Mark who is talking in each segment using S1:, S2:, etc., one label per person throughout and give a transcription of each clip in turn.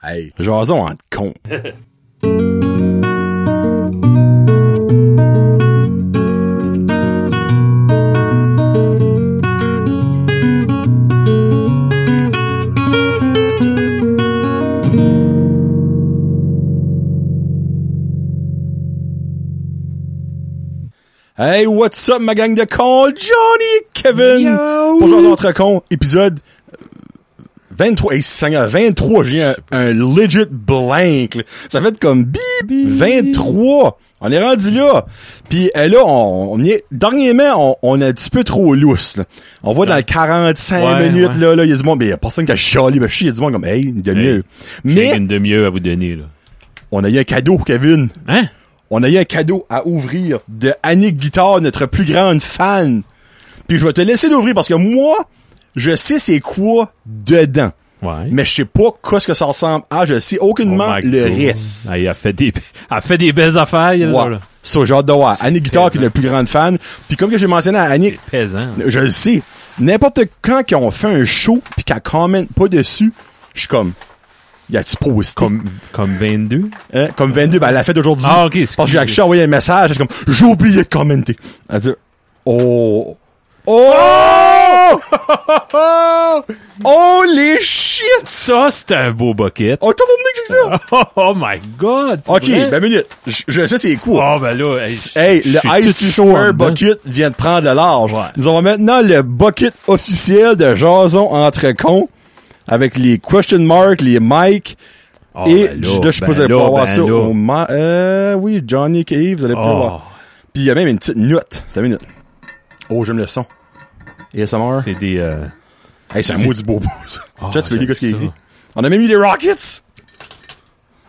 S1: Hey, jason en con. Hey, what's up, ma gang de cons? Johnny Kevin! Pour Jason entre cons, épisode 23, hey, Seigneur, 23, j'ai un, un legit blank. là. Ça fait comme bip, 23. On est rendu là. Puis euh, là, on, on est, dernièrement, on, on est un petit peu trop lousse. là. On voit dans le 45
S2: Ouais,
S1: minutes,
S2: ouais.
S1: là, là, il y a du monde, mais il y a personne qui a chialé, ben, il y a du monde comme, hey, une demi-heure.
S2: Hey. J'ai
S1: Mais,
S2: une demi-heure à vous donner, là.
S1: on a eu un cadeau, Kevin.
S2: Hein?
S1: On a eu un cadeau à ouvrir de Annick Guitar, notre plus grande fan. Puis je vais te laisser l'ouvrir parce que moi, je sais c'est quoi dedans.
S2: Ouais.
S1: Mais je sais pas quoi ce que ça ressemble à. Je sais aucunement
S2: Oh my
S1: le
S2: God.
S1: reste.
S2: Ah, il a fait des, elle fait des belles affaires, elle,
S1: Ouais.
S2: là.
S1: So, j'ai hâte de voir. Annick Guitar qui est le plus grand fan. Puis comme que j'ai mentionné à Annick,
S2: Pesant.
S1: je le sais, n'importe quand qu'on fait un show puis qu'elle commente pas dessus, je suis comme, y a-tu posté?
S2: Comme, comme 22.
S1: Hein, comme 22, ben, elle l'a fait aujourd'hui.
S2: Ah,
S1: Parce
S2: ok,
S1: que j'ai
S2: excusez.
S1: actually envoyé un message, je suis comme, j'ai oublié de commenter. Elle dit, oh, oh, oh, les shit!
S2: Ça, c'est un beau bucket.
S1: Oh, t'as mon nez que j'ai ça?
S2: Oh, oh my god! pour
S1: Ok,
S2: vrai?
S1: ben, minute. Je, je sais c'est quoi.
S2: Oh, ben là, hey, je-
S1: Hey,
S2: je
S1: le
S2: suis tout
S1: Ice
S2: chaud en
S1: Square
S2: dedans.
S1: Bucket vient de prendre le large.
S2: Ouais.
S1: Nous avons maintenant le bucket officiel de Jason entre cons avec les question marks, les mics.
S2: Oh,
S1: et
S2: ben
S1: je- là,
S2: là,
S1: je
S2: ben
S1: suppose que vous allez
S2: là,
S1: pouvoir voir
S2: ben
S1: ça
S2: là.
S1: au ma- euh, oui, Johnny Cave, vous allez pouvoir
S2: Oh.
S1: voir. Puis il y a même une petite note. T'as une minute. Oh, j'aime le son. ASMR.
S2: C'est des, euh,
S1: Hey, c'est un
S2: c'est-
S1: mot du beau ça.
S2: Oh,
S1: Chat, tu peux lire
S2: j'aime
S1: ce qu'il
S2: ça.
S1: écrit. On a même eu les Rockets.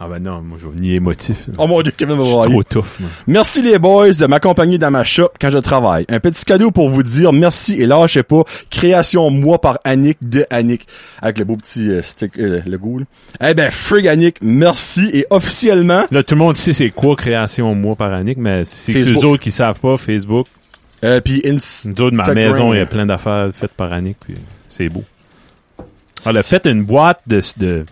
S2: ah ben non, moi, je vais ni émotif. là.
S1: Oh mon dieu, Kevin va
S2: je suis
S1: voir.
S2: trop tough, moi.
S1: Merci les boys de m'accompagner dans ma shop quand je travaille. Un petit cadeau pour vous dire merci et lâchez pas. Création moi par Annick de Annick. Avec le beau petit euh, stick, euh, le goût. Eh ben, frig Annick, merci et officiellement,
S2: Là, tout le monde sait c'est quoi Création Moi par Annick, mais c'est que
S1: Facebook.
S2: les autres qui savent pas, Facebook,
S1: euh, puis ins-
S2: Nous autres, ma
S1: Instagram.
S2: maison, il y a plein d'affaires faites par Annick, puis c'est beau. Elle a fait une boîte de... de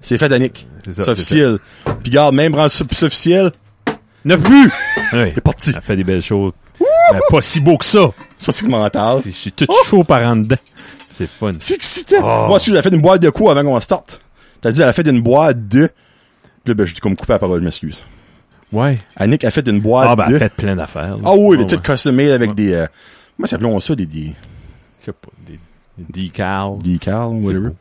S1: C'est fait Annick.
S2: c'est ça,
S1: C'est
S2: c'est
S1: officiel. Puis garde, même rendu ça plus officiel,
S2: ça. Ne plus! Ouais.
S1: c'est parti.
S2: Elle fait des belles choses. Mais pas si beau que ça.
S1: Ça, c'est mental.
S2: Je suis tout chaud par en dedans. C'est fun.
S1: C'est excitant.
S2: Oh.
S1: Moi, si j'avais fait une boîte de quoi avant qu'on starte. T'as dit, elle a fait une boîte de... Là, ben, je dis qu'on me coupait la parole, je m'excuse.
S2: Ouais.
S1: Annick a fait une boîte
S2: Ah, ben,
S1: de...
S2: elle a fait plein d'affaires. là.
S1: Ah oui,
S2: Ouais,
S1: des
S2: ouais.
S1: toutes custom made avec des. Euh, comment s'appelons ça, des, des,
S2: Je sais pas, des, des decals.
S1: des decals, whatever.
S2: beau.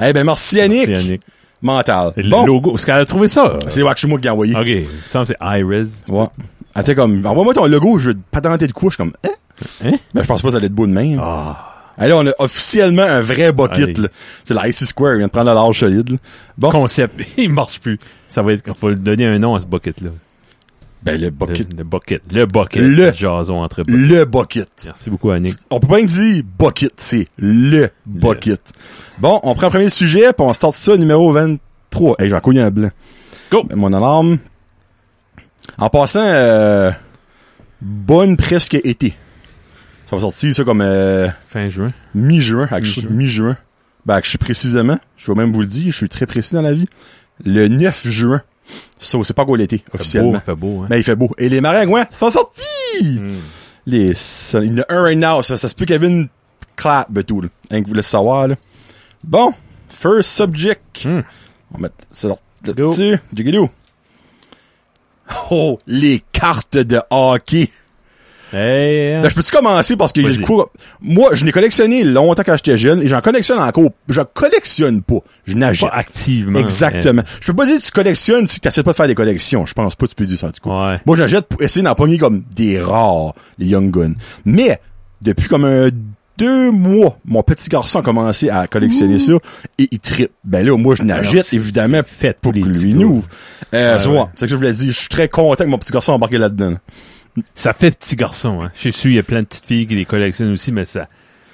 S1: Eh ben, merci Yannick.
S2: C'est Annick.
S1: Mental.
S2: Et Le
S1: bon,
S2: logo. Est-ce qu'elle a trouvé ça?
S1: c'est Wachimo qui l'a envoyé.
S2: Ok. Il me semble que c'est Iris.
S1: Ouais. Elle était comme, envoie-moi ton logo, je vais pas tenter de couche. Comme, eh?
S2: Hein?
S1: Ben, je pense pas que ça allait être beau de même.
S2: Ah.
S1: Eh, là, on a officiellement un vrai bucket,
S2: Allez.
S1: là. C'est la IC Square, il vient de prendre la large solide, là. Bon.
S2: Concept. Il marche plus. Ça va être, faut lui donner un nom à ce bucket-là.
S1: ben, le
S2: Le,
S1: bucket.
S2: le bucket. Le bucket.
S1: Le-
S2: jason entre buckets.
S1: Le bucket.
S2: Merci beaucoup, Annick.
S1: On peut pas dire bucket, c'est le bucket. Bon, on prend le premier sujet, puis on start ça, numéro 23. Hey, j'en couille un blanc.
S2: Go!
S1: mon alarme. En passant, euh, bonne presque été. Ça va sortir ça comme euh,
S2: Fin juin.
S1: mi-juin, actually, mi-juin. Ben, actually, précisément, je vais même vous le dire, je suis très précis dans la vie. Le 9 juin. Ça, c'est pas quoi l'été,
S2: Beau,
S1: officiellement.
S2: fait beau, hein?
S1: Mais il fait beau. Et les maringouins sont sortis!
S2: Hmm.
S1: Les, ça- il y en a un right now, ça, ça se peut qu'il y avait une clap, ben, tout, là. Hein, que vous le savoir, là. Bon, first subject.
S2: Hmm.
S1: On va mettre ça là-
S2: Go.
S1: là-dessus. Jigidoo. Oh, les cartes de hockey.
S2: Hey, hein?
S1: Ben, je peux-tu commencer parce que j'ai
S2: Vas-y.
S1: le coup- Moi, je n'ai collectionné longtemps quand j'étais jeune et j'en collectionne encore. Je collectionne pas. Je
S2: pas hein.
S1: n'achète.
S2: activement.
S1: Exactement. Je peux pas dire que tu collectionnes si tu n'essaies pas de faire des collections. Je pense pas que tu peux dire ça, du coup.
S2: Ouais.
S1: Moi, j'achète pour essayer d'en pogner comme des rares, les Young Guns. Mais, depuis comme un deux mois, mon petit garçon a commencé à collectionner ça et il tripe. Ben là, moi, je
S2: Alors,
S1: n'agite
S2: c'est-
S1: évidemment
S2: c'est fait
S1: pour
S2: pour
S1: que
S2: les
S1: lui
S2: petits
S1: nous. Euh,
S2: Ouais,
S1: tu vois,
S2: ouais.
S1: c'est ce que je voulais dire. Je suis très content que mon petit garçon a embarqué là-dedans.
S2: hein. Ça fait petit garçon, hein. Je suis, il y a plein de petites filles qui les collectionnent aussi, mais ça,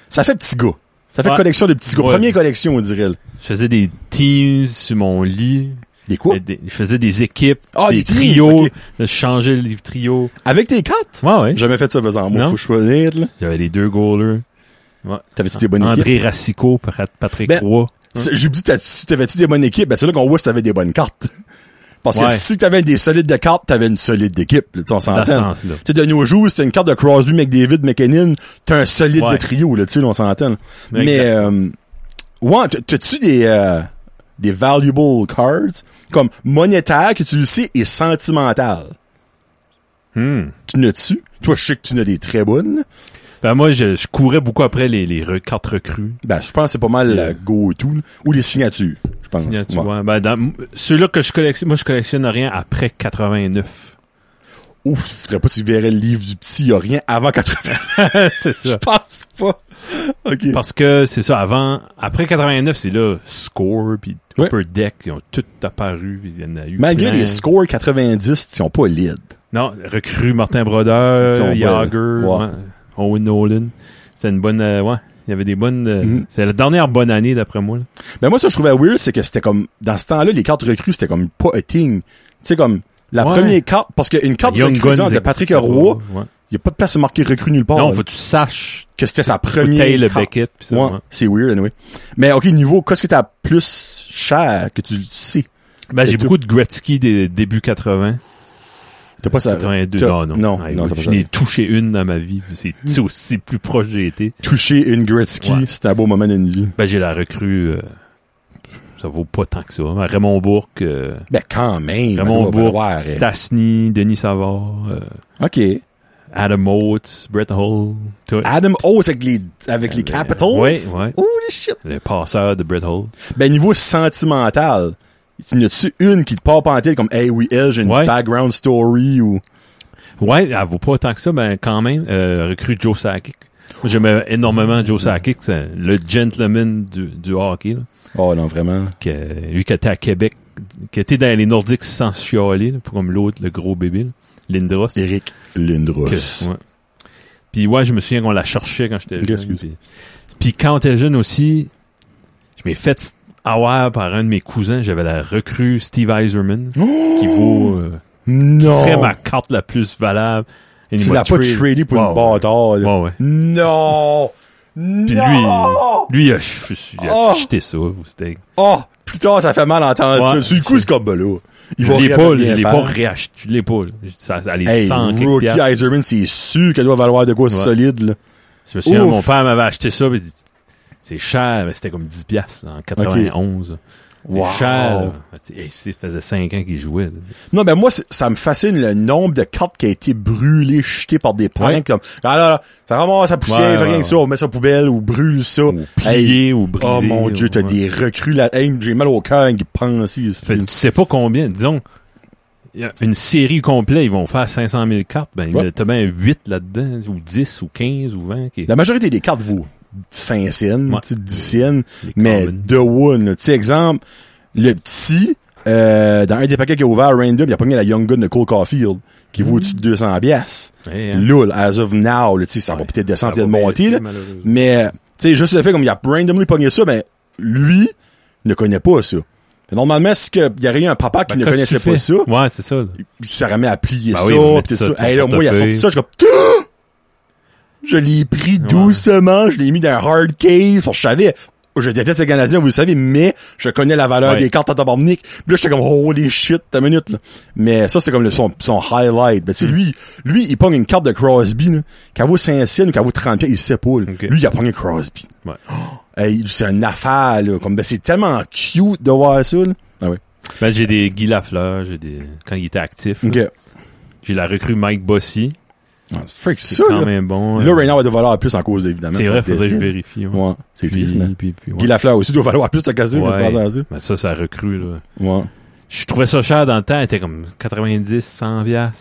S1: Ça fait petit gars. Ça fait
S2: Ouais.
S1: collection de petits gars.
S2: Ouais.
S1: Première collection, on dirait. là.
S2: je faisais des teams sur mon lit.
S1: Des quoi?
S2: Et des- Je faisais des équipes.
S1: Ah, des
S2: des,
S1: teams,
S2: trios.
S1: ok.
S2: Je changeais les trios.
S1: Avec tes cartes?
S2: Ouais, ouais.
S1: Jamais fait ça faisant moi.
S2: Non.
S1: Faut choisir, là.
S2: J'avais les deux goalers. Ouais.
S1: T'avais-tu des bonnes équipes?
S2: André Racicot, Pat- Patrick
S1: Ben,
S2: Roy.
S1: C'est- J'ai dit, t'as- t'avais-tu des bonnes équipes? Ben, c'est là qu'on voit si t'avais des bonnes cartes. Parce que
S2: Ouais.
S1: si t'avais des solides de cartes, t'avais une solide équipe. là, tu sais, on
S2: Dans ce
S1: s'entend. Tu
S2: sens-là.
S1: sais, de nos jours, c'est une carte de Crosby, McDavid, McKinnon, t'as un solide
S2: Ouais.
S1: de trio, là, tu sais, là, on s'entend. là.
S2: Mais
S1: Mais,
S2: exact.
S1: euh, ouais, t'as- t'as-tu des, euh, des valuable cards, comme monétaire, que tu le sais, et sentimental?
S2: Hmm.
S1: Tu n'as-tu? Toi, je sais que tu n'as des très bonnes.
S2: Ben, moi, je, je courais beaucoup après les, les re- cartes recrues.
S1: Ben, je pense que c'est pas mal la
S2: Ouais.
S1: go-to, là. ou les signatures, je pense.
S2: Signatures,
S1: Ouais.
S2: ouais. Ben, dans- ceux-là que je collectionne, moi, je collectionne rien après 89.
S1: Ouf, je voudrais pas que tu verrais le livre du petit, y a rien avant 80.
S2: c'est
S1: Je
S2: ça.
S1: pense pas. OK.
S2: Parce que c'est ça, avant, après 89, c'est là, Score, puis
S1: Ouais.
S2: Upper Deck, ils ont tout apparu, puis il y en a eu.
S1: Malgré
S2: plein.
S1: les scores 90, ils sont pas lead.
S2: Non, recrue Martin
S1: Ils sont
S2: Brodeur, Yager,
S1: bons. Ouais.
S2: ouais, Owen Nolan. C'était une bonne. euh, ouais, il y avait des bonnes. euh,
S1: Mhm.
S2: C'est la dernière bonne année, d'après moi. là.
S1: Mais moi, ça, je trouvais weird, c'est que c'était comme, dans ce temps-là, les cartes recrues, c'était comme pas a thing. Tu sais, comme, la
S2: Ouais.
S1: première carte, parce qu'une carte recrue,
S2: Guns
S1: exemple, de
S2: existait
S1: Patrick
S2: pas,
S1: Roy,
S2: ouais.
S1: il y a pas de place marquée recrue nulle part.
S2: Non,
S1: là.
S2: faut que tu saches
S1: que c'était sa
S2: faut
S1: première
S2: tailler le
S1: carte.
S2: Beckett. pis ça,
S1: Ouais,
S2: ouais.
S1: c'est weird, anyway. Mais, OK, niveau, qu'est-ce que t'as plus cher que tu sais?
S2: Ben, j'ai
S1: tout.
S2: beaucoup de Gretzky des débuts 80.
S1: T'as pas ça.
S2: 82,
S1: t'as-
S2: non, non.
S1: Non,
S2: Hey,
S1: non,
S2: oui,
S1: t'as pas
S2: je
S1: ça.
S2: n'ai touché une dans ma vie. C'est c'est aussi plus proche que j'ai été.
S1: Toucher une Gretzky,
S2: Ouais.
S1: c'était un beau moment d'une vie.
S2: Ben, j'ai la recrue. euh, ça vaut pas tant que ça. hein. Raymond Bourque, euh,
S1: Ben, quand même.
S2: Raymond
S1: on va
S2: Bourque,
S1: voir. hein.
S2: Stasny, Denis Savard, euh,
S1: OK.
S2: Adam Oates, Brett Hull. tout.
S1: Adam Oates avec les, avec les Capitals.
S2: Ah, ben, Ouais, ouais.
S1: Holy shit.
S2: Le passeur de Brett Hull.
S1: Ben, niveau sentimental, y en a-tu une qui te part pas en tête comme, hey, oui, elle, j'ai une
S2: Ouais.
S1: background story ou.
S2: Ouais, elle vaut pas tant que ça, mais quand même, euh, recrue Joe Sakic. Moi, J'aimais énormément Joe Sakic, c'est le gentleman du, du hockey. Là.
S1: Oh, non, vraiment.
S2: que, lui qui était à Québec, qui était dans les Nordiques sans se chialer, là, pour comme l'autre, le gros bébé, là, Lindros.
S1: Eric Lindros.
S2: Que- ouais. Puis ouais, je me souviens qu'on la cherchait quand j'étais
S1: Ok,
S2: jeune.
S1: excuse.
S2: Puis, puis quand j'étais jeune aussi, je m'ai fait avoir par un de mes cousins. J'avais la recrue Steve Eiserman, qui vaut... euh,
S1: Non.
S2: serait ma carte la plus valable. Et il
S1: Tu
S2: m'a
S1: l'as pas
S2: trade-
S1: tradé pour
S2: Ouais,
S1: une
S2: ouais.
S1: bâtard, là.
S2: Ouais, ouais.
S1: Non.
S2: Puis
S1: non!
S2: lui, lui, il a, ch- il a
S1: Oh!
S2: jeté ça. C'était
S1: Oh, putain, ça fait mal d'entendre
S2: Ouais.
S1: ça. Sur le coup, c'est comme, ben là. Il
S2: Je
S1: va
S2: l'ai
S1: rien
S2: pas,
S1: bien
S2: je l'ai
S1: faire.
S2: pas réacheté, je l'ai pas. là. Ça, ça allait
S1: Hey,
S2: 100 quelques
S1: Rookie
S2: piastres.
S1: Iserman, c'est sûr qu'elle doit valoir de quoi de
S2: Ouais.
S1: solide, là.
S2: Je me souviens,
S1: Ouf.
S2: mon père m'avait acheté ça, pis il dit, c'est cher, mais c'était comme 10 piastres en 91. C'est
S1: Wow.
S2: cher, là. Hey, c'est- ça faisait 5 ans qu'il jouait. là.
S1: Non, ben moi, c'est- ça me fascine le nombre de cartes qui a été brûlées, jetées par des plantes.
S2: Ouais.
S1: Comme, ah là, là, ça ramasse la poussière,
S2: Ouais,
S1: fait rien
S2: ouais,
S1: que ça, on met ça aux poubelle ou brûle ça.
S2: Ou plié, ou brisé.
S1: oh mon
S2: ou-
S1: dieu, t'as
S2: ouais.
S1: des recrues là. Hey, j'ai mal au cœur qui pensent. ils se
S2: Fait, que tu sais pas combien, disons, il y a une série complète, ils vont faire 500 000 cartes, ben, il y en a
S1: Ouais.
S2: t'as bien 8 là-dedans, ou 10, ou 15, ou 20. Qui...
S1: La majorité des cartes vaut 5 cents,
S2: Ouais.
S1: tu sais, 10 cents,
S2: Les
S1: mais
S2: common.
S1: de one. là. Tu sais, exemple, le petit, euh, dans un des paquets qu'il a ouvert à random, il a pas mis la Young Gun de Cole Caulfield, qui vaut au-dessus de 200 piastres.
S2: Hey, hein.
S1: Loul, as of now, là, tu sais, ça va peut-être descendre,
S2: Ça
S1: peut-être
S2: va
S1: monter,
S2: baisser,
S1: là.
S2: malheureusement.
S1: Mais, euh, tu sais, juste le fait comme il a randomly pogné ça, ben, lui, ne connaît pas ça. Fait normalement, si que, il y aurait eu un papa qui
S2: Ben,
S1: ne
S2: qu'est-ce que
S1: connaissait
S2: tu
S1: pas
S2: fais?
S1: ça,
S2: Ouais, c'est ça. là.
S1: il s'est remis à plier
S2: Ben
S1: ça,
S2: oui, on va mettre
S1: pis
S2: ça
S1: ça.
S2: sur
S1: Hey,
S2: son
S1: là, moi, il a sorti
S2: portefeuille.
S1: ça, je suis comme, Ah! je l'ai pris doucement, je l'ai mis dans un hard case, parce que je savais, je déteste les Canadiens, vous le savez, mais je connais la valeur
S2: Ouais.
S1: des cartes à tabarnak. Puis là, j'étais comme, holy shit, ta minute, là. Mais ça, c'est comme le, son, son highlight. Ben, tu sais,
S2: Hmm.
S1: lui, lui, il pogne une carte de Crosby, là, qu'elle vaut 5 cents ou qu'elle vaut 30 pieds, il sait pas, là.
S2: Ok.
S1: Lui, il a pogné Crosby.
S2: Ouais.
S1: Hey, c'est une affaire, là. Comme, ben, c'est tellement cute de voir ça, là. Ah oui.
S2: Ben, j'ai des Guy Lafleur, j'ai des, quand il était actif. là.
S1: OK.
S2: J'ai la recrue Mike Bossy.
S1: Ah, Freak
S2: C'est
S1: ça,
S2: quand
S1: là.
S2: même bon. hein.
S1: Là, Reynard va devoir valoir plus en cause, évidemment.
S2: C'est
S1: son
S2: vrai, faudrait que je
S1: décès.
S2: vérifie. ouais.
S1: Ouais, c'est
S2: Puis-
S1: triste, mais.
S2: puis- puis, ouais.
S1: Guy Lafleur aussi doit valoir plus de casino
S2: Ouais.
S1: que de
S2: Ben, ça, ça recrue, là.
S1: Ouais.
S2: Je trouvais ça cher dans le temps, elle était comme 90, 100 piastres.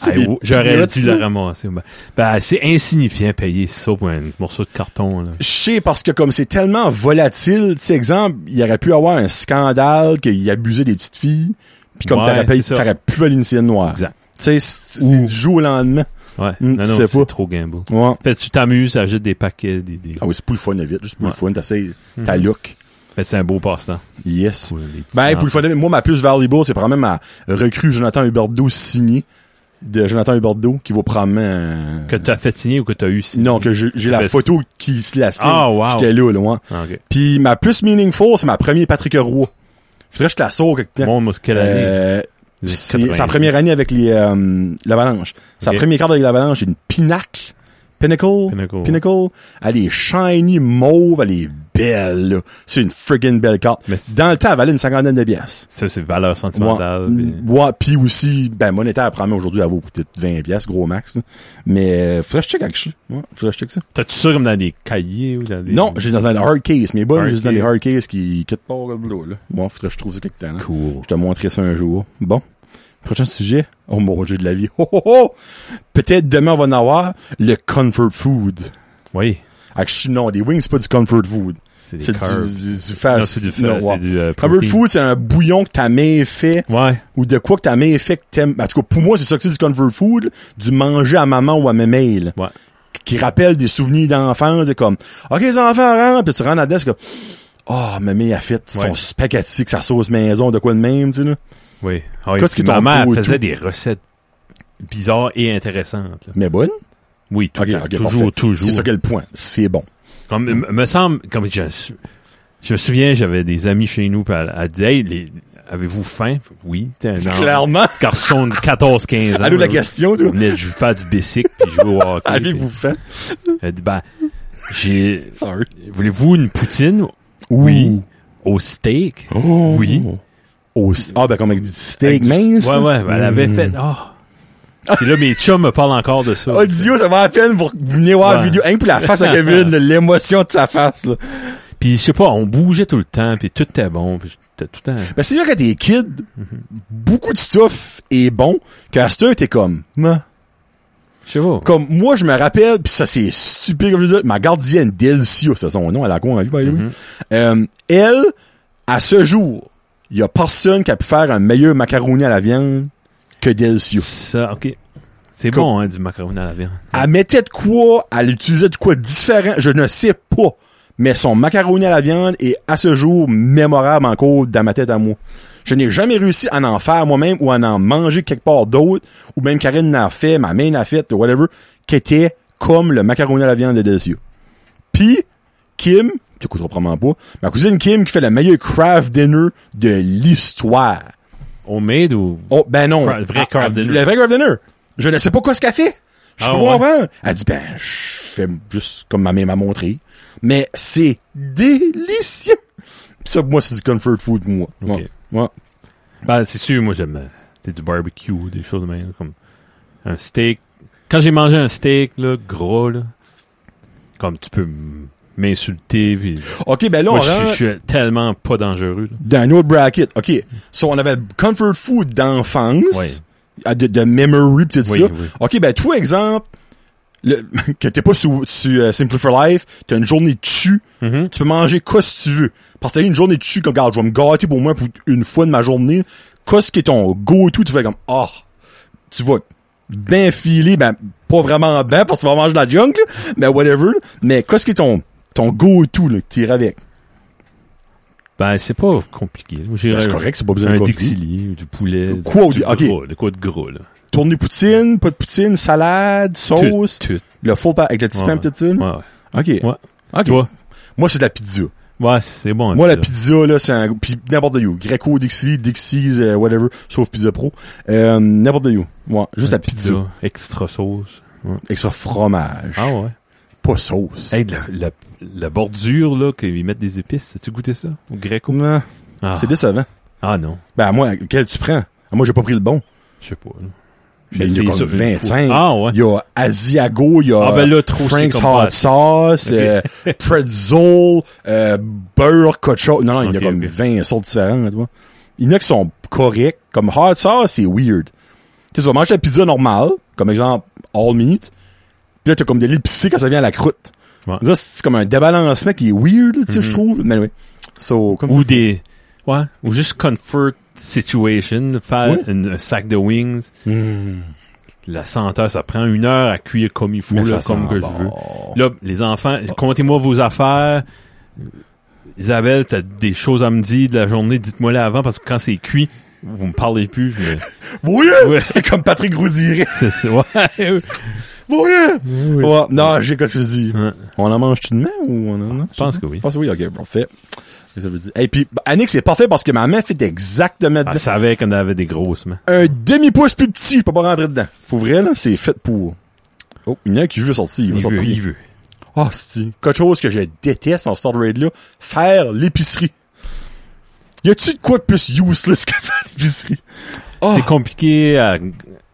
S1: C'est
S2: Hey,
S1: des
S2: oh, J'aurais
S1: pilotes,
S2: dû
S1: ça.
S2: la ramasser. Ben, ben, c'est insignifiant payer ça pour un morceau de carton. Là.
S1: Je sais, parce que comme c'est tellement volatile, tu sais, exemple, il aurait pu avoir un scandale qu'il abusait des petites filles, puis comme
S2: Ouais,
S1: t'aurais payé-
S2: c'est ça.
S1: t'aurais pu valer une sienne noire. Tu
S2: Exact.
S1: sais, c'est c'est
S2: Ou-
S1: du jour au lendemain.
S2: Ouais.
S1: Hmm,
S2: non,
S1: tu
S2: non,
S1: sais pas.
S2: c'est trop gamble.
S1: Ouais.
S2: Fait que tu t'amuses, tu achètes des paquets. Des, des...
S1: Ah oui, c'est pour le fun, vite. Juste pour le
S2: Ouais.
S1: fun, t'essayes ta look.
S2: Fait que c'est un beau passe-temps.
S1: Yes.
S2: pour les petits
S1: Ben, hey, pour le
S2: enfants.
S1: fun, moi, ma plus valuable, c'est probablement ma recrue Jonathan Huberdeau signée. de Jonathan Huberdeau qui vaut probablement... euh,
S2: Que t'as fait signer ou que t'as eu signé?
S1: Non, que j'ai j'ai la
S2: Fais-
S1: photo qui se la signe.
S2: Ah, wow.
S1: J'étais là, loin.
S2: Ah, ok.
S1: Puis ma plus meaningful, c'est ma première Patrick Roy. Faudrait que je te la sors quelque temps.
S2: Bon, moi, quelle année?
S1: Euh,
S2: Les
S1: c'est
S2: 90.
S1: sa première année avec les euh, l'Avalanche. Sa
S2: Ok.
S1: première carte avec l'Avalanche, j'ai une pinacle. Pinnacle.
S2: Pinnacle.
S1: Elle est shiny, mauve, elle est belle. là. C'est une friggin' belle carte.
S2: Mais c'est-
S1: Dans le temps, elle valait une cinquantaine de pièces.
S2: Ça, c'est valeur
S1: Ouais, Mm,
S2: sentimentale. puis-
S1: ouais, puis aussi, ben monétaire, probablement aujourd'hui, elle vaut peut-être 20 pièces, gros max. là. Mais euh, faudrait que je check quelque chose. Ouais, faudrait que je check ça.
S2: T'as-tu ça comme dans des cahiers ou dans des...
S1: Non, j'ai dans un hard case. Mes boys,
S2: Hard
S1: j'ai juste dans
S2: case.
S1: les hard cases qui quittent pas le boulot, là. Moi, faudrait que je trouve ça quelque temps. là.
S2: Cool.
S1: Je te montrerai ça un jour. Bon. Prochain sujet. Oh mon dieu de la vie. Oh, oh, oh! Peut-être demain, on va en avoir le comfort food.
S2: Oui.
S1: Ah, que je suis- non, des wings, c'est pas du comfort food.
S2: C'est
S1: C'est
S2: des
S1: du,
S2: carbs.
S1: du, du
S2: Non,
S1: fast
S2: c'est du,
S1: non,
S2: fa- c'est
S1: ouais.
S2: du euh,
S1: Comfort
S2: protein.
S1: food, c'est un bouillon que ta main fait
S2: Ouais.
S1: ou de quoi que ta main fait que t'aimes. En tout cas, pour moi, c'est ça que c'est du comfort food, là. du manger à maman ou à mémé, là.
S2: Ouais.
S1: Qui rappelle des souvenirs d'enfance, c'est comme, OK, les enfants, rentrent, puis tu rentres là-dedans, c'est comme, oh, mémé a fait son
S2: Ouais.
S1: spaghetti, que sa sauce maison, de quoi de même, tu sais, là.
S2: Oui. Ah oui.
S1: Qu'est-ce qui
S2: Puis ma
S1: t'en
S2: mère
S1: coûte,
S2: faisait
S1: tout?
S2: des recettes bizarres et intéressantes. là.
S1: Mais bonne.
S2: Oui, tout
S1: Ok,
S2: le temps,
S1: ok,
S2: toujours,
S1: parfait.
S2: toujours.
S1: C'est ça quel point. C'est bon.
S2: Comme, me- me semble, comme je, je me souviens, j'avais des amis chez nous, puis elle, elle disait, hey, les- avez-vous faim? Oui, t'es un homme.
S1: Clairement.
S2: Garçon de 14, 15 ans.
S1: Allô, la
S2: là,
S1: question,
S2: On
S1: toi.
S2: venait de jou- faire du bicycle puis jouer au hockey.
S1: Avez-vous fait?
S2: Puis Elle dit, ben, j'ai,
S1: Sorry.
S2: voulez-vous une poutine?
S1: Oui.
S2: Au steak?
S1: Oh.
S2: Oui.
S1: Au s- ah, ben, comme avec du steak
S2: Avec du-
S1: mince.
S2: Ouais, ouais, ben, elle avait fait, oh. Puis là, mes chums me parlent encore de ça.
S1: Audio, ça va à peine pour venir voir la
S2: Ouais.
S1: vidéo. Rien que pour la face à Kevin, là, l'émotion de sa face, là.
S2: Puis je sais pas, on bougeait tout le temps, puis tout était bon, puis t'as tout le temps...
S1: Ben, c'est sûr que t'es kid,
S2: Mhm.
S1: beaucoup de stuff est bon, qu'à ce temps, t'es comme, Meh.
S2: Je sais pas.
S1: comme, moi, je me rappelle, pis ça, c'est stupide, comme je disais, ma gardienne, Delcio, c'est son nom, elle a quoi en vie, by the way. Euh, elle, à ce jour, il y a personne qui a pu faire un meilleur macaroni à la viande que Delcio.
S2: Ça, ok. C'est
S1: Cool.
S2: bon, hein, du macaroni à la viande.
S1: Elle mettait de quoi, elle utilisait de quoi différent, je ne sais pas. Mais son macaroni à la viande est à ce jour mémorable encore dans ma tête à moi. Je n'ai jamais réussi à en faire moi-même ou à en manger quelque part d'autre, ou même Karine n'a fait, ma mère l'a fait, whatever, qui était comme le macaroni à la viande de Delcio. Puis, Kim, tu écouteras probablement pas, ma cousine Kim qui fait le meilleur craft dinner de l'histoire.
S2: Homemade ou...
S1: Oh, ben non.
S2: Cra- vrai
S1: Ah,
S2: craft
S1: ah,
S2: dinner.
S1: Le vrai craft dinner. Je ne sais pas quoi ce qu'elle fait. Je
S2: Ah
S1: peux
S2: ouais.
S1: pas comprendre. Elle dit, ben, je fais juste comme ma mère m'a montré. Mais c'est délicieux. Pis ça, pour moi, c'est du comfort food, pour moi.
S2: Ok.
S1: Ouais. Ouais.
S2: Ben, c'est sûr, moi, j'aime... euh, C'est du barbecue, des choses de même, comme... Un steak. Quand j'ai mangé un steak, là, gros, là, comme tu peux m- m'insulter, puis...
S1: OK, ben là,
S2: Moi,
S1: on
S2: je suis-
S1: rentre
S2: je suis tellement pas dangereux, là.
S1: dans un autre bracket. OK. So, on avait comfort food d'enfance. Ah, De, de memory, pis tout
S2: Oui,
S1: ça.
S2: oui.
S1: OK, ben, tout exemple, le, que t'es pas sous, tu euh, Simple for Life, t'as une journée de tu,
S2: Mhm.
S1: tu peux manger quoi si tu veux. Parce que t'as eu une journée de chou, comme, regarde, je vais me gâter pour moi pour une fois de ma journée. Qu'est-ce qui est ton go-to? Tu fais comme, ah, tu vas bien filer, ben, pas vraiment bien parce que tu vas manger de la junk, là, mais whatever. là. Mais qu'est-ce qui est ton, ton go-to, là, que t'irais avec?
S2: Ben, c'est pas compliqué. là. Moi, j'irais-
S1: Ben, c'est correct, c'est pas besoin de
S2: Un
S1: compliqué.
S2: dixili, du poulet. du-
S1: Quoi,
S2: du,
S1: ok.
S2: gros, de quoi de gros, là.
S1: Tourner poutine, pas de poutine, salade,
S2: Tout,
S1: sauce,
S2: tout.
S1: le faux pa- avec le petit
S2: Ouais,
S1: pain, tout ça, là?
S2: Ouais, ouais.
S1: OK.
S2: Ouais.
S1: OK.
S2: Toi?
S1: Moi, c'est de la pizza.
S2: Ouais, c'est bon.
S1: Moi, la
S2: pizza.
S1: pizza, là, c'est un... Puis n'importe où. Greco, Dixie, Dixie's, euh, whatever, sauf Pizza Pro. Euh, n'importe où. Ouais, juste la pizza.
S2: Extra sauce.
S1: Extra fromage.
S2: Ah ouais.
S1: Pas sauce.
S2: Hey, la, la, la bordure, là, qu'ils mettent des épices, as-tu goûté ça? Au greco?
S1: Non,
S2: Ah,
S1: Mm. C'est décevant.
S2: ah non,
S1: Ben, moi, quel tu prends? Ah, Moi, j'ai pas pris le bon.
S2: je sais pas. là.
S1: Ben, il y a
S2: C'est
S1: comme
S2: ça,
S1: 25.
S2: Ah ouais.
S1: Il y a Asiago, il y a
S2: Ah, ben là, trop, c'est
S1: Frank's
S2: comme
S1: Hot
S2: pas-
S1: Sauce,
S2: Ok.
S1: euh, Pretzel, euh, beurre, coach Non, non, il y a
S2: Ok,
S1: comme
S2: ok.
S1: 20 sortes différentes. tu vois. Il y en a qui sont corrects. Comme Hot Sauce, c'est weird. Tu sais, tu vas manger la pizza normale, comme exemple All Meat, puis là, t'as comme des lits pissés quand ça vient à la croûte.
S2: Ouais. Mhm.
S1: Ça, c'est comme un débalancement qui est weird, là, tu sais, je trouve. Mais oui. So, comme...
S2: Ou des. Ouais. Ou juste comfort situation. Faire
S1: Ouais. Hmm.
S2: une- un sac de wings. La senteur, ça prend une heure à cuire comme il faut,
S1: Mais
S2: là,
S1: ça
S2: comme
S1: sent
S2: que
S1: bon.
S2: je veux. Là, les enfants, comptez-moi vos affaires. Isabelle, t'as des choses à me dire de la journée, dites-moi là avant parce que quand c'est cuit, Vous me parlez plus, je me...
S1: Oui!
S2: Ouais.
S1: Comme Patrick Roudier.
S2: C'est ça, ouais.
S1: Oui!
S2: Oui.
S1: Ouais, non, j'ai qu'à se dire.
S2: Ouais.
S1: On en mange tout de même ou on en mange?
S2: Je pense que oui.
S1: Je pense que oui, ok, parfait. Et ça veut dire. Et puis, bah, Annick, c'est parfait parce que ma main fait exactement dedans.
S2: Elle savait qu'on avait des grosses mains.
S1: Un demi-pouce plus petit, je peux pas rentrer dedans. Pour vrai, là, c'est fait pour. Oh, il y en a un qui veut sortir, il va
S2: Il veut, il
S1: sortir.
S2: veut.
S1: Oh, c'est quelque chose que je déteste en Star Raid là, faire l'épicerie. Y a-tu de quoi de plus useless que faire l'épicerie? Oh,
S2: C'est compliqué à,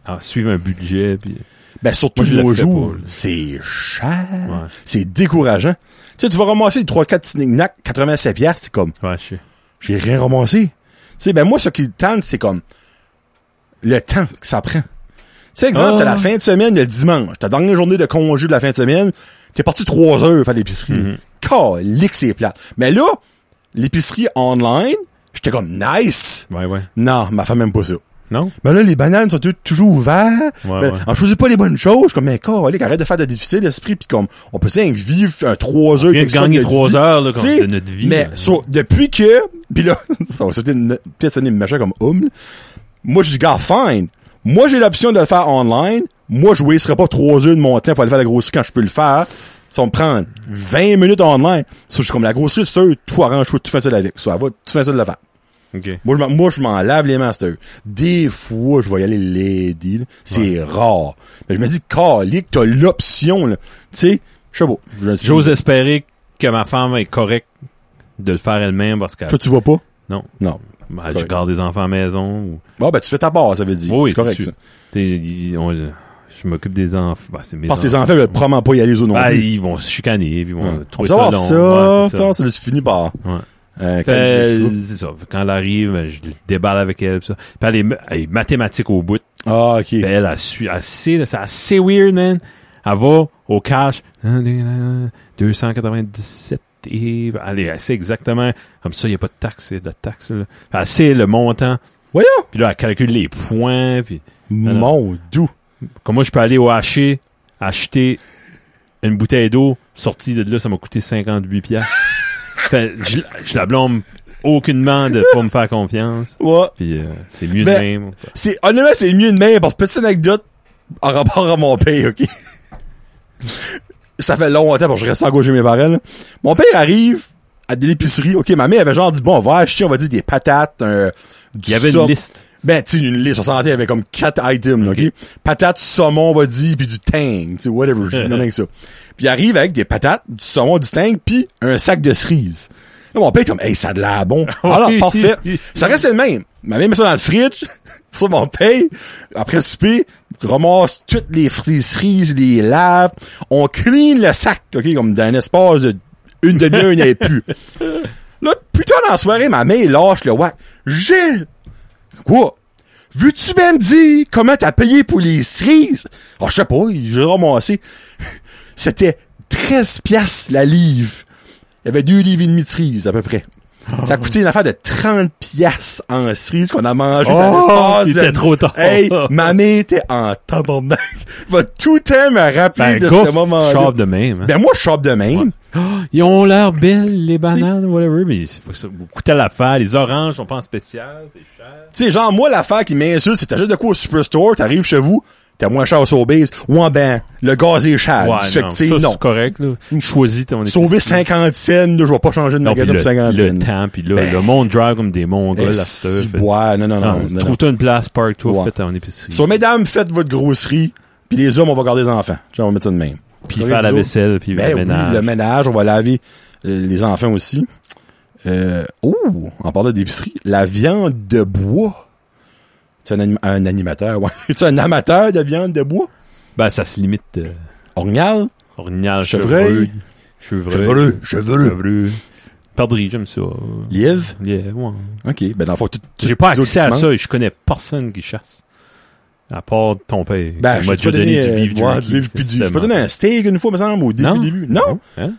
S2: à suivre un budget. Puis...
S1: ben surtout
S2: Moi, je le
S1: nos
S2: fais
S1: jours,
S2: pas, là.
S1: c'est cher.
S2: Ouais.
S1: C'est décourageant. Tu sais, tu vas ramasser 3-4 snick 87 piastres, c'est comme,
S2: Ouais, je sais.
S1: j'ai rien ramassé. Tu sais, ben moi, ce qui tente, c'est comme le temps que ça prend. Tu sais, exemple,
S2: Ah.
S1: t'as la fin de semaine le dimanche, ta dernière journée de congé de la fin de semaine, t'es parti trois heures faire
S2: Mhm.
S1: l'épicerie. Calique, c'est plat. Mais là, l'épicerie online, j'étais comme nice.
S2: Ouais, ouais.
S1: Non, ma femme aime pas ça.
S2: Non?
S1: Ben là, les bananes sont toutes- toujours ouvertes.
S2: Ouais,
S1: ben,
S2: ouais.
S1: On choisit pas les bonnes choses. Je suis Comme, mais calique, arrête de faire de difficile d'esprit. Puis comme, on peut dire vivre un trois heures.
S2: On vient de
S1: d'extra
S2: gagner
S1: notre vie.
S2: trois heures là, qu'on-
S1: T'sais,
S2: de notre vie.
S1: Mais
S2: là.
S1: so, depuis que. Puis là, ça va sauter une- peut-être sonner machin comme homme. là. Moi, je dis, gars, fine. Moi, j'ai l'option de le faire online. Moi, je ne pas trois heures de mon temps pour aller faire la grosserie quand je peux le faire. Ça va me prendre 20 minutes online. So, je suis comme la grosserie, c'est eux, toi, arrange-toi, tu fais ça avec. So, elle va, tu fais ça de le faire.
S2: OK.
S1: Moi, je m'en- moi, je m'en lave les mains, c'est eux. Des fois, je vais y aller lady, là. C'est rare. Mais je me dis, calique, t'as l'option, là. Tu sais, je sais pas. Je-
S2: J'ose espérer que ma femme est correcte de le faire elle-même parce que
S1: Toi, tu vas pas?
S2: non,
S1: Non.
S2: Ben, je
S1: Correct.
S2: garde des enfants à la maison. Ou...
S1: Bon, ben, tu fais ta part, ça veut dire.
S2: Oui,
S1: c'est correct,
S2: sûr.
S1: ça.
S2: T'sais, ils- on- je m'occupe des enfants. Ben, c'est mes
S1: Parce que tes enfants veulent probablement pas y aller aux non
S2: Ben,
S1: plus.
S2: ils vont se chicaner, puis ils vont
S1: Ouais.
S2: euh, trouver
S1: On
S2: ça
S1: va
S2: long.
S1: savoir
S2: Ouais,
S1: ça,
S2: c'est
S1: putain, ça, là, tu finis par...
S2: Ouais.
S1: Euh,
S2: Fait,
S1: quand-
S2: euh, c'est ça. Quand elle arrive, ben, je déballe avec elle. pis Ça. Puis elle est, ma- elle est mathématique au bout.
S1: Ah, OK.
S2: Puis elle, elle suit. Elle sait, là, c'est assez weird, man. Elle va au cash. 297. Et, allez, elle sait exactement. Comme ça, il n'y a pas de taxe. Il y a de taxe. Là. Puis Elle sait le montant.
S1: Voyons!
S2: Puis là, elle calcule les points. Puis non.
S1: Mon doux.
S2: comment je peux aller au haché acheter une bouteille d'eau. Sortie de là, ça m'a coûté 58 piastres. Fait, je, je la blâme aucunement de pas me faire confiance.
S1: Ouais.
S2: Puis euh, c'est mieux
S1: Ben-
S2: de même.
S1: C'est, honnêtement, c'est mieux de même, parce que petite anecdote en rapport à mon père, OK? ça fait longtemps parce que je reste engagé mes parents, là. Mon père arrive à de l'épicerie. OK, ma mère avait genre dit, bon, on va acheter, on va dire, des patates, un...
S2: Il y avait une liste.
S1: Ben, tu sais, une liste, on s'entendait avec comme quatre items, OK? Patates, saumon, on va dire, puis du tang, tu sais, whatever, je dis rien que ça. Puis il arrive avec des patates, du saumon, du tang, puis un sac de cerises. Là, mon père est comme, hey, ça a de l'air bon. Alors, parfait. Ça reste le même. Ma mère met ça dans le fridge. Pour ça, mon père, après le souper, ramasse toutes les fri- cerises, les lave. On clean le sac, OK, comme dans un espace de une demi-heure, il n'y avait plus. Là, plus tard dans la soirée, ma mère lâche le whack. Gilles! Quoi? Veux-tu même dire comment t'as payé pour les cerises? Ah, je sais pas, j'ai ramassé. C'était 13 piastres la livre. Il y avait deux livres et demi de cerises, à peu près. Ça a coûté une affaire de 30 piastres en cerises qu'on a mangé dans
S2: Oh,
S1: l'espace.
S2: il
S1: de-
S2: était trop tard.
S1: Hey, ma mère était en tabarnak. Va tout le temps me rappeler
S2: Ben,
S1: de
S2: gaufre,
S1: ce moment-là.
S2: chope de même. hein.
S1: Ben, moi, je chope de même.
S2: Ils ont l'air belles, les bananes, whatever, mais il faut que ça vous coûte à l'affaire. Les oranges sont pas en spécial, c'est cher.
S1: Tu sais, genre, moi, l'affaire qui m'insulte, c'est t'achètes de quoi au Superstore, t'arrives chez vous, t'as moins cher au Sobeys. Ouais, ben, le gaz est cher.
S2: Ouais,
S1: Fait que,
S2: non,
S1: tu sais,
S2: ça,
S1: non.
S2: c'est correct, là. Choisis ton
S1: Sauver
S2: épicerie.
S1: 50 cents, là, je vais pas changer de
S2: Non, puis
S1: magasin
S2: le,
S1: pour 50
S2: le
S1: cents.
S2: temps, puis là,
S1: Ben,
S2: le monde drive comme des mongols,
S1: Eh,
S2: là,
S1: si,
S2: ça, fait- Ah,
S1: ouais, non, non, non,
S2: Non,
S1: non, non.
S2: Trouve-toi une place, park-toi,
S1: Ouais.
S2: fais ton épicerie.
S1: So, mesdames, faites votre grosserie, puis les hommes, on va garder les enfants. Tu sais, on va mettre ça de même.
S2: puis faire la vaisselle, puis
S1: Ben
S2: le
S1: oui,
S2: ménage.
S1: le ménage, on va laver euh, les enfants aussi. Euh, oh, en parlant d'épicerie, la viande de bois. Tu es un, anima- un animateur, ouais. Tu es un amateur de viande de bois?
S2: Ben, ça se limite, euh,
S1: Orignal?
S2: orignal,
S1: Chevreuil.
S2: chevreuil. Chevreuil.
S1: Cheveleux, cheveleux.
S2: Chevreuil. Perdrix, j'aime ça.
S1: Lièvre?
S2: Yeah, ouais.
S1: OK. Ben, dans le fond, tout- tout-
S2: J'ai pas
S1: tout
S2: accès à
S1: autrement.
S2: ça et je connais personne qui chasse. À part ton père.
S1: Ben,
S2: Il
S1: je
S2: m'a
S1: peux
S2: déjà
S1: te
S2: donné
S1: donner
S2: du
S1: euh,
S2: beef
S1: ouais,
S2: jerky,
S1: du beef puis du- Je peux
S2: justement.
S1: te donner un steak une fois, me semble, au début.
S2: Non?
S1: début. Non.
S2: Hein?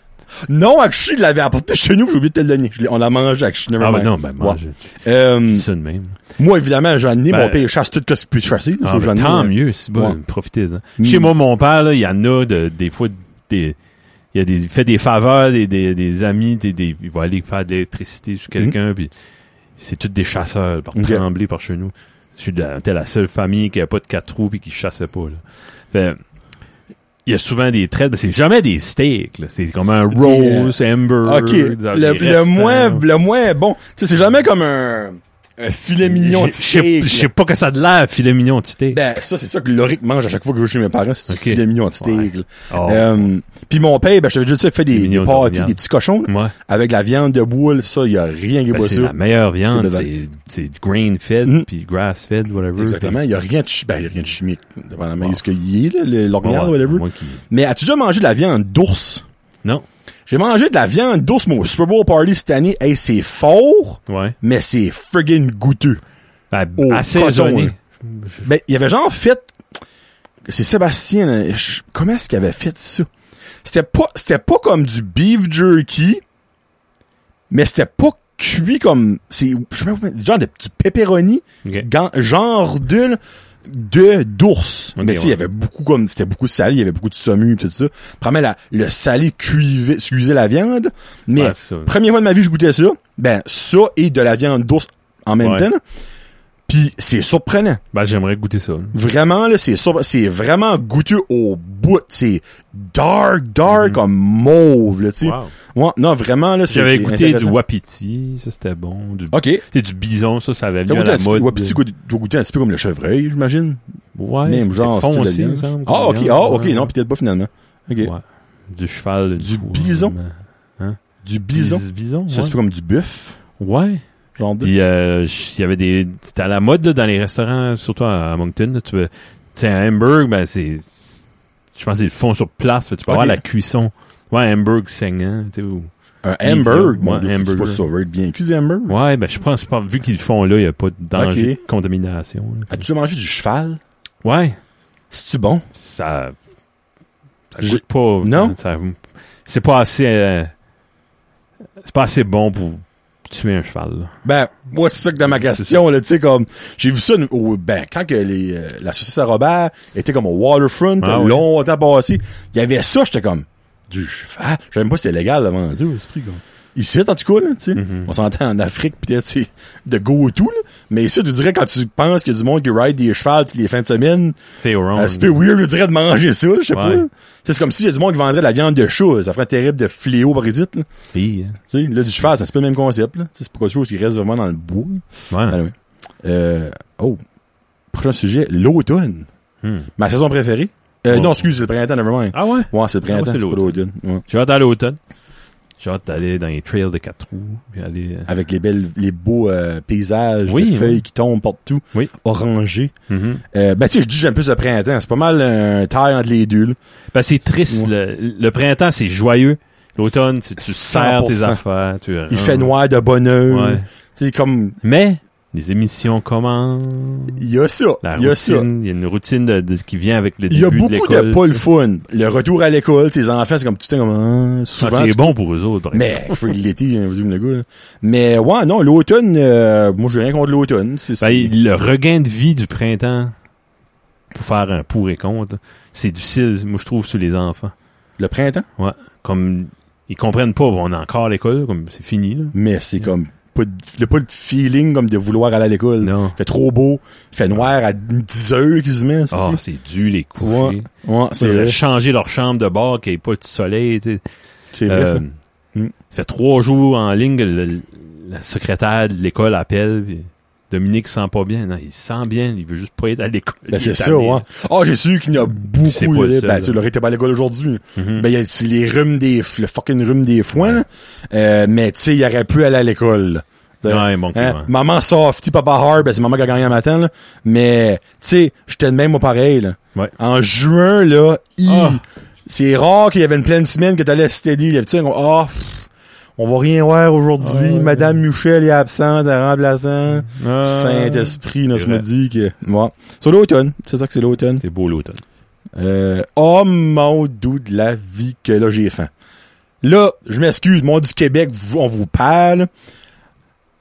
S1: Non, Akshi, il l'avait apporté chez nous, puis j'ai oublié de te le donner. Je l'ai- on l'a mangé, Akshi. never
S2: Ah, ben
S1: mind.
S2: non, ben, moi,
S1: Ouais.
S2: je
S1: Euh,
S2: dis ça de même.
S1: moi, évidemment, j'ai amené
S2: Ben,
S1: mon père, chasse tout ce qu'il peut chasser.
S2: Ah,
S1: Faut que
S2: ben,
S1: j'en ai,
S2: tant
S1: euh,
S2: mieux, si bon,
S1: Ouais.
S2: profitez-en.
S1: Mm.
S2: Chez moi, mon père, là, il y en a de, des fois, des, il y a des, il fait des faveurs, des, des, des amis, des, des, il va aller faire de l'électricité sur quelqu'un, puis c'est tous des chasseurs, par
S1: Mm. Ok.
S2: trembler par chez nous. Je suis de la, t'es la seule famille qui a pas de quatre trous et qui chassait pas. Là. Fait, il y a souvent des traites, mais c'est jamais des steaks. là. C'est comme un rose, amber.
S1: euh, OK.
S2: des-
S1: Le,
S2: des
S1: le
S2: restants.
S1: moins, le moins bon. Tu sais, c'est jamais comme un, un filet mignon de
S2: Je- Je sais-
S1: steak,
S2: je
S1: là.
S2: sais pas que ça de l'air, filet mignon de steak.
S1: Ben, ça, c'est ça que Loric mange à chaque fois que je vais chez mes parents, c'est du
S2: Ok.
S1: filet mignon de steak. là.
S2: Oh.
S1: Euh, Puis mon père, ben, je t'avais déjà dit, ça, il fait des, des
S2: mignons de
S1: pâtés,
S2: viande.
S1: des petits cochons, là,
S2: Ouais.
S1: avec la viande de boule, ça, il y a rien qui est
S2: Ben,
S1: pas
S2: c'est
S1: ça.
S2: la meilleure viande.
S1: C'est
S2: C'est c'est grain fed,
S1: Mm.
S2: puis grass fed, whatever.
S1: Exactement, il y a rien de, chi- ben, il y a rien de chimique, devant la main, ce qu'il y est, là, le-
S2: Ouais,
S1: l'organe, whatever.
S2: moi qui-
S1: Mais as-tu déjà mangé de la viande d'ours?
S2: Non.
S1: J'ai mangé de la viande d'ours, moi, au Super Bowl Party cette année, hey, c'est fort,
S2: Ouais.
S1: mais c'est friggin' goûteux.
S2: Ben,
S1: Au
S2: assaisonné.
S1: coton, Ben, il y avait genre fait. C'est Sébastien. là, je- Comment est-ce qu'il avait fait ça? C'était pas, c'était pas comme du beef jerky, mais c'était pas cuit comme. C'est, je sais pas, comment- genre de, du pepperoni,
S2: Ok.
S1: gan- genre de, de d'ours.
S2: Ok,
S1: mais tu sais, il y
S2: ouais.
S1: avait beaucoup comme, c'était beaucoup de salé, il y avait beaucoup de saumure pis tout ça. Premièrement, la, le salé cuivait, cuisait la viande, mais
S2: Ouais, c'est ça.
S1: première fois de ma vie, je goûtais ça. Ben, ça et de la viande d'ours en même
S2: Ouais.
S1: temps. Puis c'est surprenant.
S2: Ben, j'aimerais goûter ça.
S1: Vraiment, là, c'est surp- c'est vraiment goûteux au bout. C'est dark, dark, comme mauve, là, tu sais.
S2: Mhm. Wow.
S1: Ouais, non, vraiment, là, c'est
S2: J'avais
S1: c'est
S2: goûté du
S1: intéressant.
S2: wapiti, ça c'était bon. Du,
S1: OK.
S2: c'est du bison, ça, ça avait
S1: T'as
S2: venu à
S1: goûté un
S2: la
S1: petit
S2: mode.
S1: wapiti goûte- doit goûter un petit peu comme le chevreuil, j'imagine.
S2: Ouais,
S1: Même
S2: c'est
S1: genre,
S2: foncé,
S1: style de
S2: il me
S1: viande.
S2: semble,
S1: Ah,
S2: comme
S1: OK,
S2: viande,
S1: ah, OK,
S2: ouais.
S1: non, peut-être pas finalement. OK.
S2: Ouais. Du cheval. une
S1: Du
S2: fois,
S1: bison.
S2: mais-
S1: Du bison.
S2: Du bison,
S1: Ça, c'est
S2: ouais.
S1: comme du bœuf.
S2: Ouais.
S1: Genre de...
S2: Puis, euh, j- il y avait des. C'était à la mode là, dans les restaurants, surtout à, à Moncton. là, tu veux- tu sais, un hamburg, ben c'est. c'est- Je pense qu'ils le font sur place. fait que Tu peux
S1: Ok.
S2: avoir la cuisson. Ouais, hamburg saignant. tu sais, ou-
S1: Un
S2: Medium,
S1: hamburger. Bon,
S2: ouais,
S1: des fois, tu
S2: hamburger.
S1: peux sauver bien cuit, du hamburger.
S2: Ouais, ben je pense pas. Vu qu'ils le font là, il n'y a pas de danger
S1: Ok.
S2: de contamination. là.
S1: As-tu déjà mangé du cheval?
S2: Ouais.
S1: C'est-tu bon?
S2: Ça. Ça
S1: J'ai-
S2: goûte pas. hein,
S1: Non?
S2: ça- c'est pas assez. euh, c'est pas assez bon pour tuer un cheval. là.
S1: Ben, moi, c'est ça que dans ma question, là, tu sais, comme, j'ai vu ça, au, ben, quand que les, euh, la saucisse à Robert était comme au waterfront,
S2: Ah ouais.
S1: longtemps passé, il y avait ça, j'étais comme, du cheval, je sais même pas si c'est légal, là, vendu, au esprit, comme. Ici, en tout cas, là, tu sais, on s'entend en Afrique, peut-être, c'est de go tout, là, mais ici, tu dirais, quand tu penses qu'il y a du monde qui ride des chevals toutes les fins de semaine,
S2: C'est wrong.
S1: euh, c'est un peu weird, je dirais, de manger ça, là, je sais pas,
S2: Ah Ouais.
S1: là. Tu sais, c'est comme s'il y a du monde qui vendrait de la viande de chat, ça ferait un terrible de fléau parasite, là.
S2: Pis,
S1: Tu sais, là, du cheval, c'est pas le même concept, là. Tu sais, c'est pas quelque chose qui reste vraiment dans le bois, là.
S2: hein. Ouais.
S1: Anyway. Euh, oh, prochain sujet, l'automne.
S2: Hmm.
S1: Ma saison préférée. Euh,
S2: Oh.
S1: Non, excuse, c'est le printemps, nevermind.
S2: Ah ouais?
S1: Ouais, c'est le
S2: Ah,
S1: printemps,
S2: moi,
S1: c'est
S2: c'est
S1: pas l'automne. Ouais.
S2: J'ai hâte d'aller à l'automne. J'ai hâte d'aller dans les trails de quatre roues. Puis aller. euh,
S1: Avec les belles, les beaux euh, paysages,
S2: Oui,
S1: les
S2: oui.
S1: feuilles qui tombent partout,
S2: Oui.
S1: orangées.
S2: mhm.
S1: Euh, ben, tu sais, je dis j'aime plus le printemps. C'est pas mal un taille entre les deux. là.
S2: Ben, c'est triste. Le, le printemps, c'est joyeux. L'automne, tu, tu serres
S1: 100%.
S2: tes affaires. Tu
S1: Il fait noir de bonheur.
S2: Ah. Ouais.
S1: Tu sais, comme,
S2: Mais, les émissions commencent.
S1: il y a ça.
S2: La
S1: Il y a ça.
S2: routine. Il y a une routine de- de- qui vient avec le
S1: Il y a
S2: début de
S1: beaucoup
S2: l'école. Ah,
S1: de pas le fun. Le retour à l'école, tes enfants, c'est comme, tu sais, comme, ah,
S2: Ah,
S1: souvent,
S2: c'est
S1: tu
S2: bon pour eux autres, par exemple.
S1: Mais faut que l'été, hein, vous dites, le gars. là. Mais ouais, non, l'automne, euh, moi j'ai rien contre l'automne. C'est-
S2: Ben,
S1: c'est-
S2: il- le regain de vie du printemps, pour faire un pour et contre, c'est difficile, moi, je trouve, sur les enfants.
S1: le printemps,
S2: Ouais. Comme, ils comprennent pas, on a encore l'école, comme, c'est fini, là.
S1: mais c'est comme pas de, il y a pas le feeling comme de vouloir aller à l'école.
S2: Non.
S1: Il fait trop beau, il fait noir à 10 heures qui se met. c'est
S2: Ah,
S1: plus.
S2: c'est dû, les coucher.
S1: ouais, ouais, c'est
S2: Ils devraient
S1: vrai.
S2: changer leur chambre de bord, qu'il n'y ait pas de soleil, tu sais.
S1: C'est vrai
S2: Euh,
S1: ça. Mm.
S2: Ça fait trois jours en ligne que le- la secrétaire de l'école appelle. puis Dominique sent pas bien. Non, il sent bien. Il veut juste pas être à l'école.
S1: Ben,
S2: Il
S1: c'est
S2: est
S1: ça,
S2: tanné,
S1: ouais.
S2: là.
S1: Ah, j'ai su qu'il y en a beaucoup.
S2: c'est pas le
S1: là.
S2: seul,
S1: ben,
S2: là.
S1: tu sais, Laurie était pas à l'école aujourd'hui.
S2: Mhm.
S1: Ben, il y a c'est les rhumes des, f- le fucking rhume des foins, là. Euh, mais tu sais, il aurait pu aller à l'école.
S2: Ouais, bon,
S1: Hein?
S2: ouais.
S1: Maman softy, papa hard, ben c'est maman qui a gagné un matin, là. Mais, tu sais, j'étais de même au pareil, là.
S2: Ouais.
S1: En juin, là, hi,
S2: Ah.
S1: c'est rare qu'il y avait une pleine semaine que t'allais steady, là. Tu sais, on, ah, pff, on va rien voir aujourd'hui. Madame Michel est absente, elle est remplaçante.
S2: Ah,
S1: Saint-Esprit, là,
S2: c'est
S1: ça me
S2: vrai.
S1: dit que, ouais. C'est l'automne. C'est ça que c'est l'automne.
S2: C'est beau l'automne.
S1: Euh, oh mon doux de la vie que là j'ai faim. Là, je m'excuse, monde du Québec, vous- on vous parle.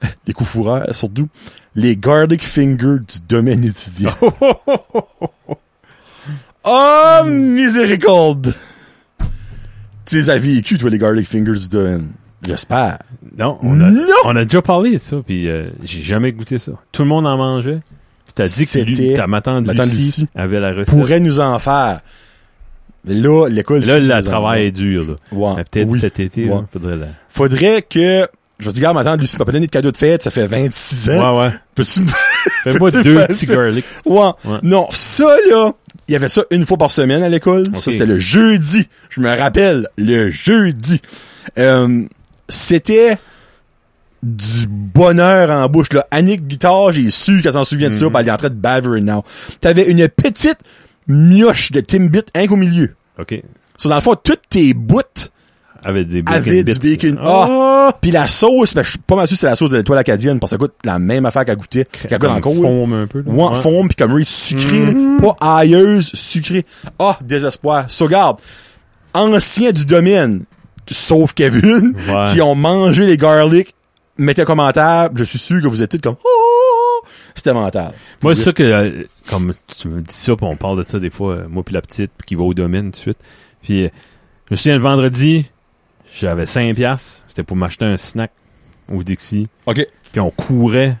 S1: Les coups fourreurs, surtout. Les garlic fingers du domaine étudiant. oh, miséricorde! Tu les as vécu, toi, les garlic fingers du domaine. J'espère.
S2: Non, on a,
S1: Non!
S2: on a déjà parlé de ça, puis euh, j'ai jamais goûté ça. Tout le monde en mangeait. Puis t'as dit que
S1: C'était
S2: Lu- ta ma tante
S1: ma tante
S2: Lucie,
S1: Lucie
S2: avait la recette.
S1: pourrait nous en faire. Mais Là, l'école.
S2: Là,
S1: nous en
S2: le
S1: fait.
S2: travail est dur. Là.
S1: Ouais.
S2: Mais Peut-être
S1: Oui.
S2: cet été,
S1: Ouais.
S2: là, faudrait la...
S1: Faudrait que. Je dis, gars, m'attendre, Lucie m'a pas donné de cadeau de fête, ça fait 26 ans.
S2: Ouais, ouais.
S1: Peux-tu me-
S2: Fais-moi
S1: Peux-tu
S2: Ben, deux
S1: faire
S2: petits
S1: ça?
S2: garlic.
S1: Ouais.
S2: Ouais.
S1: Non, ça, là, il y avait ça une fois par semaine à l'école. Ça,
S2: Ok.
S1: c'était le jeudi. Je me rappelle, le jeudi. Euh, c'était du bonheur en bouche, là. Annick Guitard, j'ai su qu'elle s'en souvient de
S2: Mhm.
S1: ça, pis elle est en train de baver now. T'avais une petite mioche de Timbit, un au milieu.
S2: OK.
S1: So, dans le fond, toutes tes bouts
S2: Avec des bacon
S1: avaient
S2: bits.
S1: du bacon. Ah!
S2: Ah!
S1: Puis la sauce, ben, je suis pas mal sûr que c'est la sauce de l'étoile acadienne, parce que ça coûte la même affaire qu'elle goûtait, qu'elle goûte
S2: Comme Mm.
S1: encore.
S2: Faume un peu. là.
S1: Ouais, forme puis comme Reese sucré, là. pas ailleuse, sucré. Ah, désespoir. So, regarde, anciens du domaine, sauf Kevin,
S2: Ouais.
S1: qui ont mangé les garlic, mettez un commentaire, je suis sûr que vous êtes tous comme, oh, c'était mental.
S2: Moi, c'est ça que, euh, comme tu me dis ça, puis on parle de ça des fois, euh, moi puis la petite, puis qui va au domaine tout de suite. Puis, euh, je me souviens, le vendredi, j'avais 5 piastres. C'était pour m'acheter un snack au Dixie.
S1: OK.
S2: Puis on courait.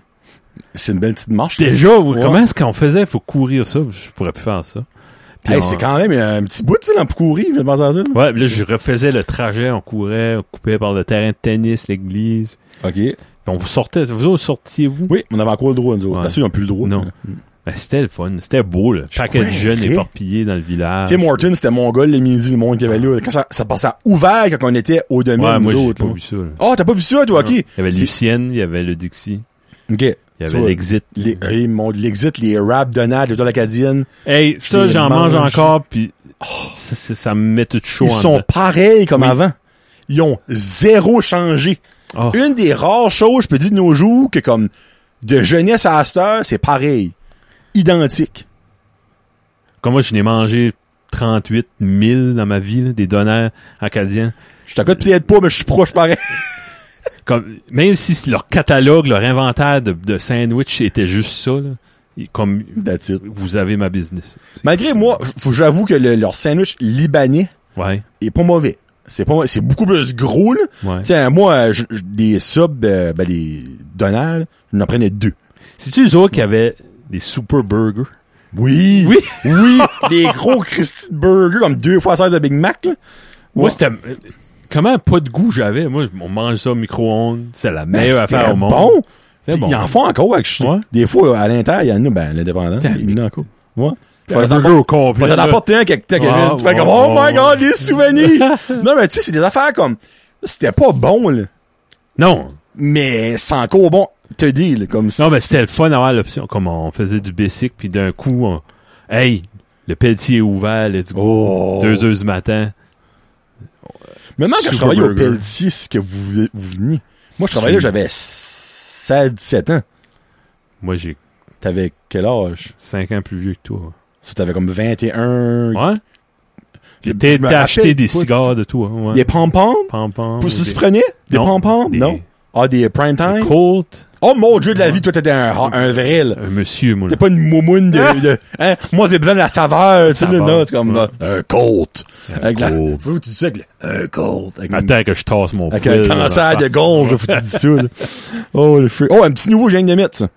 S1: C'est une belle petite marche. là.
S2: Déjà, vous-
S1: Ouais.
S2: comment est-ce qu'on faisait? Faut courir ça. Je pourrais plus faire ça. Puis
S1: Hey,
S2: on-
S1: c'est quand même un petit bout, tu sais, là, pour courir, je pense à ça, là.
S2: Ouais, puis là, je refaisais le trajet. On courait, on coupait par le terrain de tennis, l'église.
S1: OK.
S2: Puis on sortait. Vous autres, sortiez-vous?
S1: Oui, on avait encore le droit, nous autres.
S2: Ouais.
S1: Là-dessus, ils n'ont plus le droit.
S2: Non. Ben, c'était le fun. C'était beau, là. Paquet de
S1: croirais.
S2: jeunes éparpillés dans le village.
S1: Tim Horton, c'était mon gars, les midi, le monde qui avait là. Quand ça, ça passait à ouvert quand on était au domaine,
S2: Ouais,
S1: nous
S2: moi, j'ai
S1: autres.
S2: pas
S1: là.
S2: vu ça, là.
S1: Ah, t'as pas vu ça, toi, OK.
S2: Il y avait
S1: C'est-
S2: Lucienne, il y avait le Dixie,
S1: OK.
S2: il y
S1: Tu
S2: avait
S1: vois,
S2: l'Exit.
S1: Les, hey, mon, l'exit, les rap de Nad, de l'acadienne.
S2: Hey, ça,
S1: les
S2: j'en
S1: mange.
S2: mange encore, puis oh, ça, ça- ça me met tout chaud
S1: Ils
S2: en
S1: sont
S2: dedans.
S1: pareils comme
S2: Oui.
S1: avant. Ils ont zéro changé.
S2: Ah.
S1: Une des rares choses, je peux dire de nos jours, que comme de jeunesse à cette heure, c'est pareil. Identique.
S2: Comme moi, je n'ai mangé 38 000 dans ma vie, là, des donneurs acadiens.
S1: Je t'accorde peut-être pas, mais je suis proche pareil.
S2: Comme, même si leur catalogue, leur inventaire de, de sandwich était juste ça, là, et comme
S1: That's it.
S2: vous avez ma business. C'est-
S1: Malgré moi, faut j'avoue que le- leur sandwich libanais
S2: Ouais,
S1: est pas mauvais. C'est pas, c'est beaucoup plus gros, là.
S2: ouais.
S1: Tiens, moi, euh, je- je- des subs, euh, ben, des donneurs, je m'en prenais deux.
S2: C'est-tu les autres qui avaient des super burgers?
S1: Oui. Oui. Oui. des gros Christy de burgers, comme deux fois 16 de Big Mac, là.
S2: Moi,
S1: Ouais.
S2: c'était... Comment pas de goût j'avais? Moi, on mange ça au micro-ondes. C'est la
S1: Ben,
S2: meilleure
S1: c'était
S2: affaire au monde.
S1: bon.
S2: C'était
S1: Puis
S2: bon.
S1: Ils en font encore, actually.
S2: Ouais.
S1: Des fois, à l'intérieur, il y en a, ben, l'indépendant.
S2: Putain,
S1: Il y en a encore. Ouais. Faut
S2: Un
S1: t'en
S2: burger au complet.
S1: t'en
S2: là.
S1: apporter un quelque temps,
S2: Ah,
S1: Kevin. Tu fais
S2: ouais,
S1: comme, oh
S2: ouais,
S1: my god, les souvenirs! non, mais tu sais, c'est des affaires comme, c'était pas bon, là.
S2: Non.
S1: Mais c'est encore bon, te dis, là, comme
S2: Non, mais c'était le fun d'avoir l'option. Comme on faisait du basic, puis d'un coup, on... hey, le pelletier est ouvert, let's go.
S1: Oh.
S2: Deux heures du matin.
S1: Même quand je
S2: Super
S1: travaillais au
S2: burger.
S1: Pelletier, c'est que vous, vous veniez. Moi, je travaillais là,
S2: Super.
S1: j'avais 16, 17 ans.
S2: Moi, j'ai
S1: T'avais quel âge?
S2: cinq ans plus vieux que toi.
S1: Ça, t'avais comme 21.
S2: Ouais? Puis
S1: Je-
S2: t'as
S1: je me
S2: t'as acheté
S1: rappelle
S2: des
S1: pas.
S2: cigares de toi. Ouais.
S1: Des pom-poms?
S2: pom-poms.
S1: Pour si
S2: des-
S1: tu prenais? Des
S2: Non,
S1: pom-poms?
S2: des-
S1: Non. Ah, des prime
S2: des
S1: time?
S2: Colt.
S1: Oh mon dieu de la vie, toi, t'étais un, un vrai, là.
S2: Un monsieur, moi. là.
S1: T'es pas une moumoune de, de- hein? Moi, j'ai besoin de la saveur, tu sais, là,
S2: Saveur.
S1: non, c'est comme,
S2: Ouais.
S1: euh, un colt.
S2: Un
S1: Avec la,
S2: Colt.
S1: faut que tu dis ça, avec le- un colt. Avec, une-
S2: Attends que je tasse mon
S1: avec
S2: poil,
S1: un
S2: là,
S1: cancer
S2: dans
S1: de
S2: la
S1: gorge, là, faut que tu dis ça, là. Oh, le fruit. Oh, un petit nouveau, j'ai viens de mettre, ça.